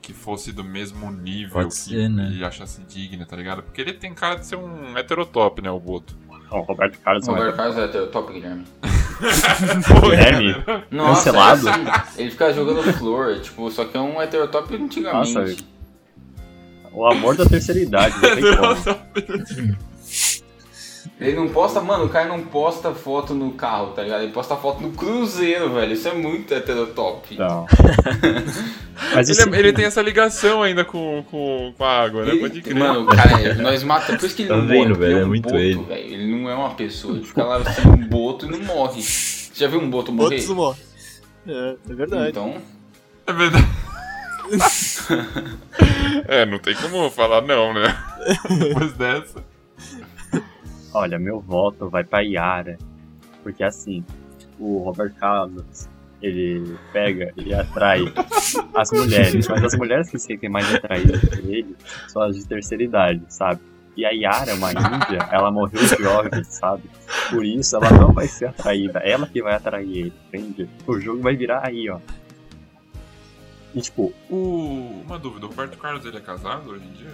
que fosse do mesmo nível
Pode
que,
ser, né?
e achasse digna, tá ligado? Porque ele tem cara de ser um heterotop, né, o Boto.
Não, Roberto Carlos não é.
Roberto Carlos é teu top, Guilherme.
Guilherme?
Nossa,
Cancelado?
é assim, ele fica jogando flor, tipo, só que é um heterotop antigamente.
Nossa, O amor da terceira idade, não tem como.
Ele não posta, mano, o cara não posta foto no carro, tá ligado? Ele posta foto no cruzeiro, velho. Isso é muito heterotop.
Tá,
Não. então. Mas
Ele,
isso,
é- ele tem essa ligação ainda com, com, com a água, né?
Ele-
Pode crer.
mano, cara, é, nós matamos. Por isso que ele
Tá
não
vendo,
morre. porque
velho?
ele um
É muito
boto,
ele.
velho. Ele não é uma pessoa. Ele fica lá sendo um boto e não morre. Você já viu um boto morrer?
Outros morrem. É, é verdade.
Então,
É verdade. é, não tem como falar não, né? Depois dessa.
olha, meu voto vai pra Yara. Porque assim, o Roberto Carlos, ele pega e atrai as mulheres. Mas as mulheres que se sentem mais atraídas por ele são as de terceira idade, sabe? E a Yara, é uma índia, ela morreu jovem, sabe? Por isso ela não vai ser atraída. Ela que vai atrair ele, entende? O jogo vai virar aí, ó. E tipo,
O- Uma dúvida, o Roberto Carlos ele é casado hoje em dia?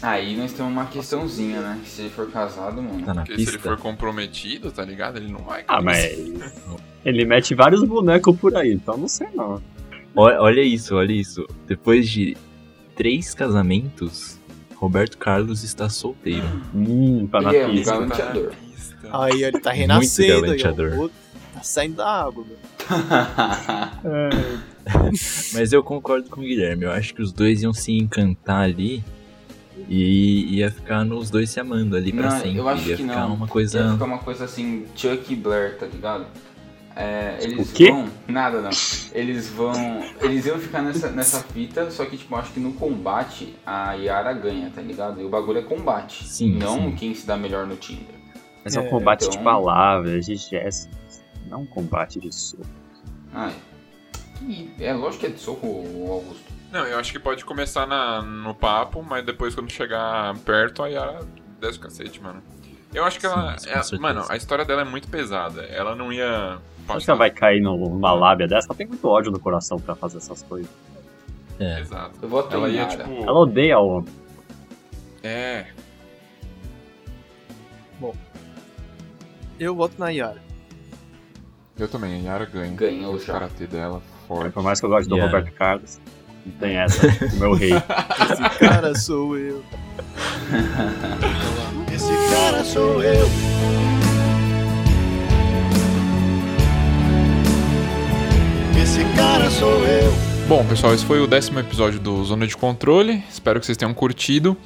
aí nós temos uma questãozinha, né? Que se ele for casado, mano.
Tá na
Porque se ele
pista.
for comprometido, tá ligado? Ele não vai.
ah, mas. Ele mete vários bonecos por aí, então não sei não.
Ó- Olha isso, olha isso. Depois de três casamentos, Roberto Carlos está solteiro.
Hum, tá na
Ele é um
pista.
Tá
galanteador.
Então,
Aí ele tá renascendo aí, ó.
galanteador.
O outro Tá saindo da água, meu.
Mas eu concordo com o Guilherme. Eu acho que os dois iam se encantar ali e ia ficar nos dois se amando ali pra
Não,
sempre.
eu acho
ia
que
ficar
não.
uma
Ia
coisa.
ficar uma coisa assim, Chuck e Blair, tá ligado? É, eles
O quê?
vão. Nada não. Eles vão. Eles iam ficar nessa, nessa fita, só que tipo, acho que no combate a Yara ganha, tá ligado? E o bagulho é combate.
Sim,
Não
sim.
quem se dá melhor no Tinder.
Mas é um
É,
combate
então-
de palavras, de gestos. Não um combate de é soco.
Ai. que- É lógico que é de soco, o Augusto.
Não, eu acho que pode começar na, no papo, mas depois quando chegar perto, aí ela desce o cacete, mano. Eu acho que
Sim,
ela.
com
ela-
certeza.
mano, a história dela é muito pesada. Ela não ia.
Acho que ela vai cair no- numa lábia dessa. Ela tem muito ódio no coração pra fazer essas coisas.
É.
Exato.
Eu voto
Ela
em
ia,
Yara.
tipo.
Ela odeia o homem.
É,
Eu voto na Yara.
Eu também, a Yara ganha.
Ganhou
O
já.
karatê dela, forte.
Por mais que eu goste do
Yeah.
Roberto Carlos, não tem essa. o meu rei.
Esse cara sou eu.
Esse cara sou eu. Esse cara sou eu.
Bom, pessoal, esse foi o décimo episódio do Zona de Controle. Espero que vocês tenham curtido.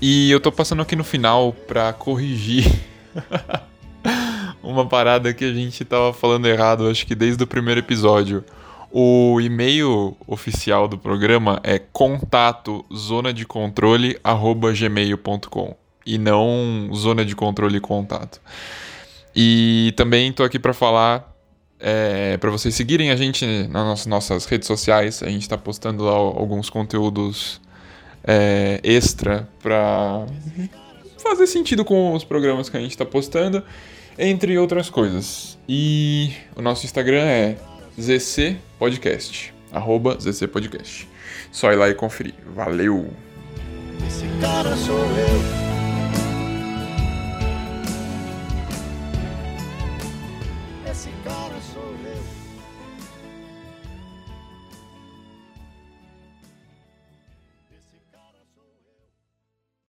E eu tô passando aqui no final pra corrigir uma parada que a gente tava falando errado, acho que desde o primeiro episódio. O e-mail oficial do programa é contato zona de controle arroba gmail.com e não zona de controle contato. E também tô aqui pra falar é, para vocês seguirem a gente nas nossas redes sociais. A gente está postando lá alguns conteúdos é, extra para fazer sentido com os programas que a gente está postando, entre outras coisas. E o nosso Instagram é ZC Podcast, arroba ZC Podcast. Só ir lá e conferir. Valeu!
Esse cara sou eu.